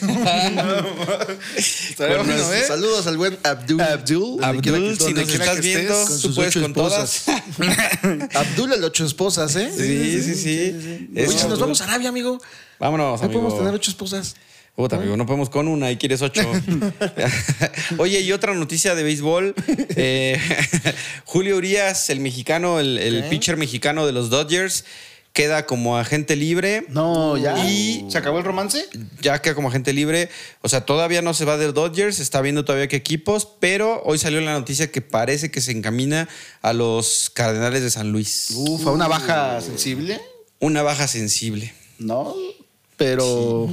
[SPEAKER 1] Estaría
[SPEAKER 2] Con
[SPEAKER 1] bueno,
[SPEAKER 2] nuestro-
[SPEAKER 1] ¿eh?
[SPEAKER 3] Saludos al buen Abdul.
[SPEAKER 1] Abdul.
[SPEAKER 3] Donde quiera que
[SPEAKER 2] Abdul,
[SPEAKER 3] estés,
[SPEAKER 2] si
[SPEAKER 3] donde
[SPEAKER 2] nos
[SPEAKER 3] quiera
[SPEAKER 2] estás
[SPEAKER 3] que
[SPEAKER 2] viendo,
[SPEAKER 3] estés, con
[SPEAKER 2] tú
[SPEAKER 3] sus
[SPEAKER 2] puedes
[SPEAKER 3] ocho
[SPEAKER 2] con todas. [laughs]
[SPEAKER 3] esposas. Abdul, el ocho esposas, ¿eh?
[SPEAKER 2] Sí, sí, sí. Es
[SPEAKER 3] Oye, si nos
[SPEAKER 2] Abdul.
[SPEAKER 3] vamos a Arabia, amigo.
[SPEAKER 2] Vámonos,
[SPEAKER 3] No podemos
[SPEAKER 2] amigo.
[SPEAKER 3] tener ocho esposas.
[SPEAKER 2] Puta, amigo, no podemos con una y quieres ocho. [laughs] Oye, y otra noticia de béisbol. Eh, [laughs] Julio Urias, el mexicano, el, el pitcher mexicano de los Dodgers, queda como agente libre.
[SPEAKER 1] No, ya.
[SPEAKER 2] Y-
[SPEAKER 1] ¿Se acabó el romance?
[SPEAKER 2] Ya queda como agente libre. O sea, todavía no se va de Dodgers, está viendo todavía qué equipos, pero hoy salió la noticia que parece que se encamina a los Cardenales de San Luis.
[SPEAKER 1] Uf, a una baja sensible,
[SPEAKER 2] Una baja sensible.
[SPEAKER 1] ¿no? Pero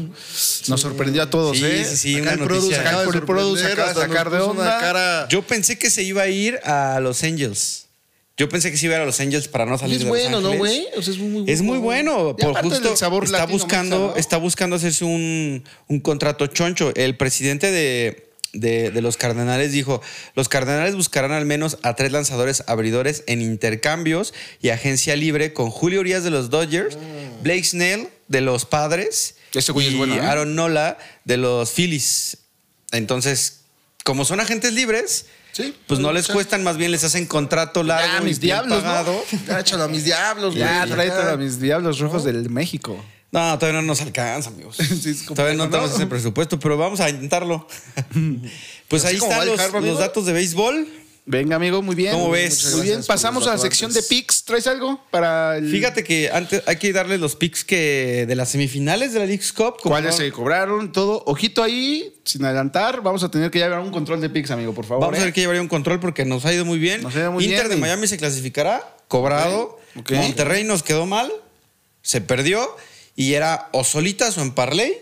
[SPEAKER 1] nos sorprendió a todos,
[SPEAKER 2] Sí,
[SPEAKER 1] ¿eh?
[SPEAKER 2] sí, sí,
[SPEAKER 1] Acá
[SPEAKER 2] una
[SPEAKER 1] el produce,
[SPEAKER 2] noticia.
[SPEAKER 1] acá
[SPEAKER 3] Acaba de
[SPEAKER 1] el produce,
[SPEAKER 3] sorprender,
[SPEAKER 1] acaba de
[SPEAKER 3] hasta nos
[SPEAKER 1] sacar de
[SPEAKER 3] puso
[SPEAKER 1] onda.
[SPEAKER 3] Una cara...
[SPEAKER 2] Yo pensé que se iba a ir a Los Angels. Yo pensé que se iba a ir a Los Angels para no salir
[SPEAKER 3] Es
[SPEAKER 2] de
[SPEAKER 3] bueno,
[SPEAKER 2] Los
[SPEAKER 3] ¿no,
[SPEAKER 2] Ángeles.
[SPEAKER 3] güey? O sea, es muy bueno.
[SPEAKER 2] Es muy bueno,
[SPEAKER 1] Y
[SPEAKER 2] por
[SPEAKER 1] aparte
[SPEAKER 2] justo
[SPEAKER 1] del sabor
[SPEAKER 2] está
[SPEAKER 1] latino
[SPEAKER 2] buscando,
[SPEAKER 1] mexa, ¿no?
[SPEAKER 2] está buscando hacerse un, un contrato choncho. El presidente de, de- de los Cardenales dijo: los Cardenales buscarán al menos a tres lanzadores abridores en intercambios y agencia libre con Julio Urias de los Dodgers, Blake Snell de los Padres
[SPEAKER 1] Ah. Ese güey
[SPEAKER 2] y
[SPEAKER 1] es bueno, ¿eh?
[SPEAKER 2] Aaron Nola de los Phillies. Entonces, como son agentes libres,
[SPEAKER 3] Sí.
[SPEAKER 2] pues no les
[SPEAKER 3] Sí.
[SPEAKER 2] cuestan, más bien les hacen contrato largo
[SPEAKER 1] Ya,
[SPEAKER 2] y
[SPEAKER 1] mis
[SPEAKER 2] bien
[SPEAKER 1] diablos,
[SPEAKER 2] pagado.
[SPEAKER 1] ¿no?
[SPEAKER 3] Ya, échalo a mis diablos, güey.
[SPEAKER 1] Ya, tráetelo a mis diablos rojos del México.
[SPEAKER 2] No, todavía no nos alcanza, amigos.
[SPEAKER 1] [laughs] Sí, es complejo,
[SPEAKER 2] todavía no tenemos
[SPEAKER 1] ¿no?
[SPEAKER 2] ese presupuesto, pero vamos
[SPEAKER 1] [laughs]
[SPEAKER 2] a intentarlo. pues ahí
[SPEAKER 3] como va
[SPEAKER 2] están
[SPEAKER 3] el
[SPEAKER 2] los,
[SPEAKER 3] Harvard,
[SPEAKER 2] los
[SPEAKER 3] amigo.
[SPEAKER 2] datos de béisbol.
[SPEAKER 1] Venga, amigo, muy bien.
[SPEAKER 2] ¿Cómo
[SPEAKER 1] Muy
[SPEAKER 2] ves?
[SPEAKER 1] Muy
[SPEAKER 3] Muchas
[SPEAKER 1] bien,
[SPEAKER 3] gracias
[SPEAKER 1] pasamos
[SPEAKER 3] por
[SPEAKER 1] a
[SPEAKER 3] los
[SPEAKER 1] la sección de
[SPEAKER 3] datos.
[SPEAKER 1] picks. ¿Traes algo para el.
[SPEAKER 2] Fíjate que antes hay que darle los picks que de las semifinales de la League's Cup. como
[SPEAKER 1] ¿Cuáles
[SPEAKER 2] no-
[SPEAKER 1] se cobraron? Todo. Ojito ahí, sin adelantar. Vamos a tener que llevar un control de picks, amigo, por favor.
[SPEAKER 2] Vamos a
[SPEAKER 1] ¿eh?
[SPEAKER 2] ver que llevaría un control porque nos ha ido muy bien.
[SPEAKER 1] Nos ha ido muy
[SPEAKER 2] Inter
[SPEAKER 1] bien.
[SPEAKER 2] de Miami se clasificará, cobrado.
[SPEAKER 1] Ok, ok.
[SPEAKER 2] Monterrey nos quedó mal, se perdió y era o solitas o en parlay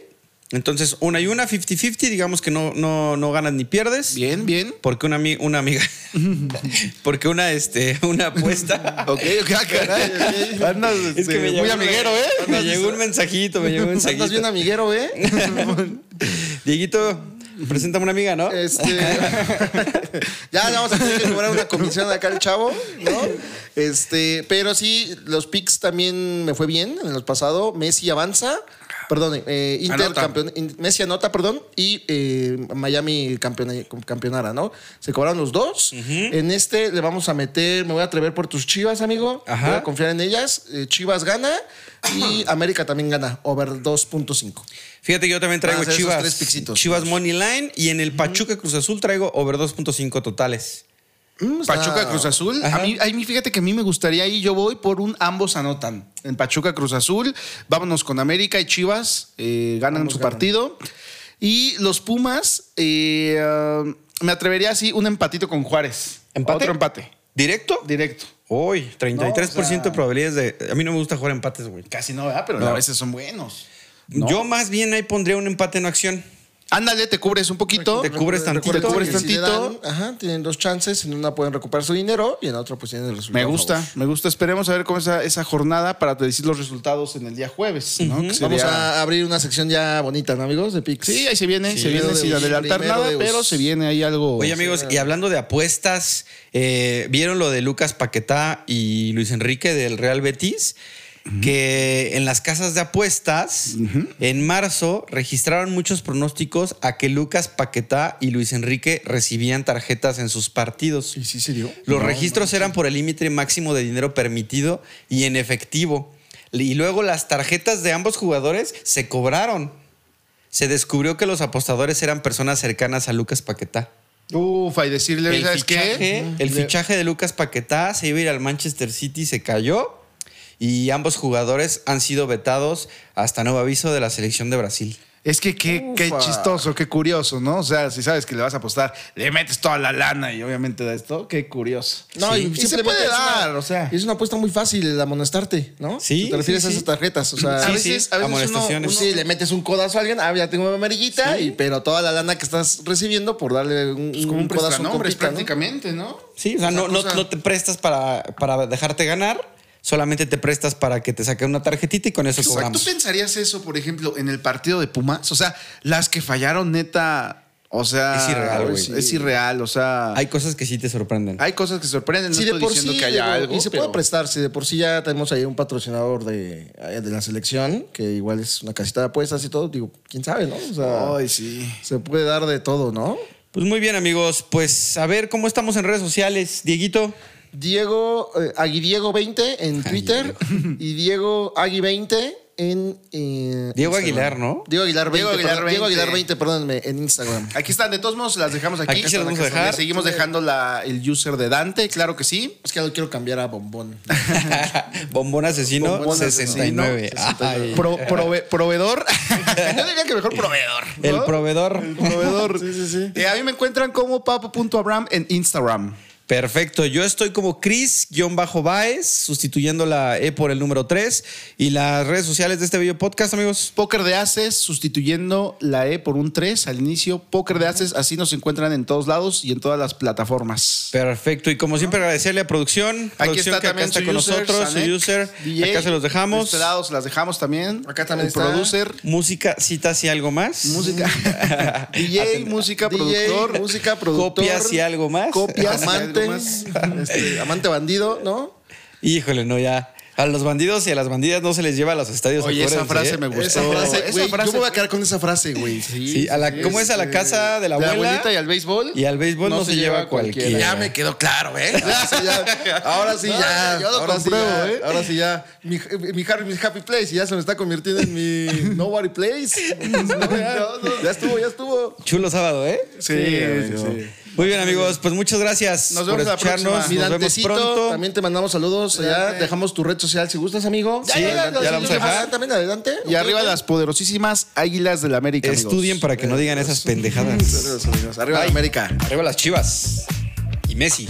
[SPEAKER 2] Entonces, una y una, 50-50, digamos que no, no, no ganas ni pierdes.
[SPEAKER 1] Bien, bien.
[SPEAKER 2] Porque una, ami- una amiga. [laughs] porque una, este, una apuesta.
[SPEAKER 1] [laughs] Ok, ok, ah,
[SPEAKER 2] [laughs]
[SPEAKER 1] caray. ok. Andas
[SPEAKER 2] Es que
[SPEAKER 1] este,
[SPEAKER 2] me llegó
[SPEAKER 1] muy
[SPEAKER 2] un-
[SPEAKER 1] amiguero, ¿eh?
[SPEAKER 2] Me
[SPEAKER 1] Andas-
[SPEAKER 2] llegó un mensajito, me llegó un mensajito.
[SPEAKER 3] Estás bien amiguero, ¿eh?
[SPEAKER 2] Dieguito, preséntame una amiga, ¿no?
[SPEAKER 1] Eh,
[SPEAKER 3] Este, [laughs] ya le vamos a tener que cobrar una comisión acá al chavo, ¿no? Este, pero sí, los picks también me fue bien en los pasado. Messi avanza, perdón, eh, Inter
[SPEAKER 1] Anota.
[SPEAKER 3] campeón, in- Messi anota, perdón, y eh, Miami campeona- campeonara, ¿no? Se cobraron los dos. En este le vamos a meter, me voy a atrever por tus Chivas, amigo.
[SPEAKER 2] Ajá.
[SPEAKER 3] Voy a confiar en ellas. Eh, Chivas gana y América también gana, over 2.5.
[SPEAKER 2] Fíjate que yo también traigo
[SPEAKER 3] Van a ser esos
[SPEAKER 2] Chivas.
[SPEAKER 3] tres pixitos.
[SPEAKER 2] Chivas Money Line y en el Pachuca Cruz Azul traigo over 2.5 totales.
[SPEAKER 3] Mm, está-
[SPEAKER 1] Pachuca Cruz Azul.
[SPEAKER 2] Ajá.
[SPEAKER 1] A mí, a mí, fíjate que a mí me gustaría y yo voy por un ambos anotan. En Pachuca Cruz Azul, vámonos con América y Chivas, eh, ganan su partido. Y los Pumas, eh, ah, me atrevería así un empatito con Juárez.
[SPEAKER 2] ¿Empate?
[SPEAKER 1] Otro empate,
[SPEAKER 2] ¿Directo?
[SPEAKER 1] directo.
[SPEAKER 2] Hoy, 33%
[SPEAKER 1] No, o sea-
[SPEAKER 2] de probabilidades de. A mí no me gusta jugar empates, güey.
[SPEAKER 1] Casi no, ¿verdad? Pero a veces son buenos.
[SPEAKER 2] Yo más bien ahí pondría un empate en acción.
[SPEAKER 1] Ándale, te cubres un poquito.
[SPEAKER 2] Te cubres tantito.
[SPEAKER 1] Te cubres
[SPEAKER 3] que si le
[SPEAKER 1] tantito.
[SPEAKER 3] dan, ajá, tienen dos chances. En una pueden recuperar su dinero y en la otra pues tienen el
[SPEAKER 1] Me
[SPEAKER 3] resultado. a favor.
[SPEAKER 1] gusta, me gusta. Esperemos a ver cómo es esa, esa jornada para decir los resultados en el día jueves. ¿no? Que
[SPEAKER 3] Vamos
[SPEAKER 1] sería-
[SPEAKER 3] a abrir una sección ya bonita, ¿no, amigos? De Pix.
[SPEAKER 1] Sí, ahí se viene,
[SPEAKER 3] Sí,
[SPEAKER 1] se viene
[SPEAKER 3] Deus,
[SPEAKER 1] sin adelantar
[SPEAKER 3] primero
[SPEAKER 1] nada,
[SPEAKER 3] Deus.
[SPEAKER 1] pero se viene ahí algo.
[SPEAKER 3] Pues
[SPEAKER 2] Oye, amigos, y hablando de apuestas, eh, ¿vieron lo de Lucas Paquetá y Luis Enrique del Real Betis? Que en las casas de apuestas, en marzo, registraron muchos pronósticos a que Lucas Paquetá y Luis Enrique recibían tarjetas en sus partidos.
[SPEAKER 3] ¿Y sí se dio?
[SPEAKER 2] Los registros eran por el límite máximo de dinero permitido y en efectivo. Y luego las tarjetas de ambos jugadores se cobraron. Se descubrió que los apostadores eran personas cercanas a Lucas Paquetá.
[SPEAKER 1] Ufa, y decirle,
[SPEAKER 2] El
[SPEAKER 1] ¿sabes
[SPEAKER 2] fichaje, Mm.
[SPEAKER 1] qué?
[SPEAKER 2] el fichaje de Lucas Paquetá se iba a ir al Manchester City, se cayó. Y ambos jugadores han sido vetados hasta nuevo aviso de la selección de Brasil.
[SPEAKER 1] Es que qué, qué
[SPEAKER 3] Ufa.
[SPEAKER 1] chistoso, qué curioso, ¿no? O sea, si sabes que le vas a apostar, le metes toda la lana y obviamente da esto, qué curioso.
[SPEAKER 3] No,
[SPEAKER 1] Sí.
[SPEAKER 3] y, simplemente
[SPEAKER 1] se puede
[SPEAKER 3] es una-
[SPEAKER 1] dar, o sea.
[SPEAKER 3] Es una apuesta muy fácil el amonestarte, ¿no?
[SPEAKER 2] Sí,
[SPEAKER 3] Si Te refieres
[SPEAKER 2] sí,
[SPEAKER 3] a
[SPEAKER 2] sí.
[SPEAKER 3] esas tarjetas. O sea,
[SPEAKER 1] a
[SPEAKER 2] Sí,
[SPEAKER 3] sí,
[SPEAKER 1] veces,
[SPEAKER 2] sí,
[SPEAKER 1] a veces uno- uno,
[SPEAKER 2] amonestaciones.
[SPEAKER 3] le metes un codazo a alguien, ah, ya tengo mi amarillita, y, pero toda la lana que estás recibiendo por darle un,
[SPEAKER 1] es Pues como un
[SPEAKER 3] codazo a un
[SPEAKER 1] prestanombres
[SPEAKER 3] compita, ¿no?
[SPEAKER 1] prácticamente, ¿no?
[SPEAKER 2] Sí, o sea, no, no-
[SPEAKER 1] cosa-
[SPEAKER 2] no te prestas para, para dejarte ganar, solamente te prestas para que te saquen una tarjetita y con eso
[SPEAKER 1] Exacto. ¿Tú
[SPEAKER 2] cobramos.
[SPEAKER 1] pensarías eso, por ejemplo, en el partido de Pumas? O sea, las que fallaron, neta. O sea,
[SPEAKER 2] Es irreal,
[SPEAKER 3] güey.
[SPEAKER 1] Es irreal, o sea.
[SPEAKER 2] Hay cosas que sí te sorprenden.
[SPEAKER 1] Hay cosas que sorprenden, no
[SPEAKER 3] Sí,
[SPEAKER 1] estoy diciendo que haya
[SPEAKER 3] digo,
[SPEAKER 1] algo.
[SPEAKER 3] Y se
[SPEAKER 1] pero-
[SPEAKER 3] puede prestar, si de por sí ya tenemos ahí un patrocinador de, eh, de la selección, que igual es una casita de apuestas y todo, digo, quién sabe, ¿no? O sea,
[SPEAKER 1] Ay, sí.
[SPEAKER 3] se puede dar de todo, ¿no?
[SPEAKER 2] Pues muy bien, amigos. Pues a ver cómo estamos en redes sociales, Dieguito. [laughs]
[SPEAKER 3] Diego, eh, Aguidiego20 en Twitter [laughs] y Diego Agui20 en. eh,
[SPEAKER 2] Diego
[SPEAKER 3] Instagram.
[SPEAKER 2] Aguilar, ¿no?
[SPEAKER 3] Diego Aguilar 20.
[SPEAKER 1] Diego Aguilar
[SPEAKER 3] perdón,
[SPEAKER 1] 20.
[SPEAKER 3] Diego Aguilar 20, perdónenme, en Instagram.
[SPEAKER 1] Aquí están, de todos modos las dejamos aquí.
[SPEAKER 2] Aquí se las vamos a
[SPEAKER 1] Acá están,
[SPEAKER 2] dejar.
[SPEAKER 1] le seguimos dejando la- el user de Dante, claro que sí.
[SPEAKER 3] Es que ya lo quiero cambiar a bombón.
[SPEAKER 2] Bombón Asesino
[SPEAKER 3] Bombón Asesino.
[SPEAKER 2] 69. Ay.
[SPEAKER 1] Pro- prove-
[SPEAKER 2] [laughs]
[SPEAKER 1] proveedor. Yo diría que mejor proveedor. ¿no?
[SPEAKER 2] El proveedor.
[SPEAKER 1] proveedor. sí, sí, sí. a mí me encuentran como papo.abram en Instagram.
[SPEAKER 2] Perfecto. Yo estoy como Chris-Baez, sustituyendo la E por el número 3. Y las redes sociales de este video podcast, amigos.
[SPEAKER 1] Póker de Haces, sustituyendo la E por un 3 al inicio. Póker de Haces, así nos encuentran en todos lados y en todas las plataformas.
[SPEAKER 2] Perfecto. Y como siempre, agradecerle a producción.
[SPEAKER 1] Aquí
[SPEAKER 2] producción
[SPEAKER 1] está
[SPEAKER 2] que acá
[SPEAKER 1] también
[SPEAKER 2] está
[SPEAKER 1] su
[SPEAKER 2] con
[SPEAKER 1] user,
[SPEAKER 2] nosotros,
[SPEAKER 1] Sanek,
[SPEAKER 2] su user.
[SPEAKER 1] DJ,
[SPEAKER 2] acá se los
[SPEAKER 1] De
[SPEAKER 2] dejamos.
[SPEAKER 1] este lado se las dejamos también.
[SPEAKER 3] Acá también
[SPEAKER 1] el
[SPEAKER 3] está.
[SPEAKER 1] producer.
[SPEAKER 2] Música, citas y algo más.
[SPEAKER 1] Música.
[SPEAKER 2] [laughs]
[SPEAKER 1] DJ, música,
[SPEAKER 3] [laughs] DJ,
[SPEAKER 1] productor.
[SPEAKER 3] música, productor.
[SPEAKER 2] Copias y algo más.
[SPEAKER 3] Copias, amante.
[SPEAKER 1] algo más.
[SPEAKER 3] este, amante bandido, ¿no?
[SPEAKER 2] Híjole, no, ya. A los bandidos y a las bandidas no se les lleva a [laughs] los estadios.
[SPEAKER 1] Oye, esa
[SPEAKER 2] acuérdense,
[SPEAKER 1] frase
[SPEAKER 2] ¿eh?
[SPEAKER 1] me gustó.
[SPEAKER 3] Esa frase,
[SPEAKER 1] Esa
[SPEAKER 3] güey,
[SPEAKER 1] frase-
[SPEAKER 3] Yo me voy a quedar con esa frase, güey. Sí.
[SPEAKER 2] Sí, a la, ¿Cómo es a la casa de la
[SPEAKER 1] La
[SPEAKER 2] abuela?
[SPEAKER 1] abuelita y al béisbol.
[SPEAKER 2] Y al béisbol no se lleva cualquiera.
[SPEAKER 3] Ya me quedó claro, ¿eh? Ahora sí ya. Ahora sí
[SPEAKER 1] No,
[SPEAKER 3] ya.
[SPEAKER 1] yo lo
[SPEAKER 3] ahora
[SPEAKER 1] compruebo,
[SPEAKER 3] sí ya,
[SPEAKER 1] ¿eh?
[SPEAKER 3] Ahora sí ya. Mi, mi, Harry- mi happy place ya se me está convirtiendo en mi nobody place. No, [laughs] ya, ya estuvo, ya estuvo.
[SPEAKER 2] Chulo sábado, ¿eh?
[SPEAKER 1] Sí, sí, sí.
[SPEAKER 2] Muy bien, amigos. Pues muchas gracias
[SPEAKER 1] Nos vemos
[SPEAKER 2] por
[SPEAKER 1] la
[SPEAKER 2] escucharnos.
[SPEAKER 1] próxima.
[SPEAKER 3] Mi
[SPEAKER 2] Nos vemos
[SPEAKER 3] Dantecito,
[SPEAKER 2] pronto.
[SPEAKER 3] también te mandamos saludos. Ya
[SPEAKER 1] Dante.
[SPEAKER 3] dejamos tu red social si gustas, amigo.
[SPEAKER 2] Sí, ya la vamos a dejar.
[SPEAKER 3] También adelante.
[SPEAKER 1] Y arriba las poderosísimas águilas del América. amigos.
[SPEAKER 2] Estudien para que no digan esas pendejadas.
[SPEAKER 3] Arriba la América.
[SPEAKER 2] Arriba las chivas. Y Messi.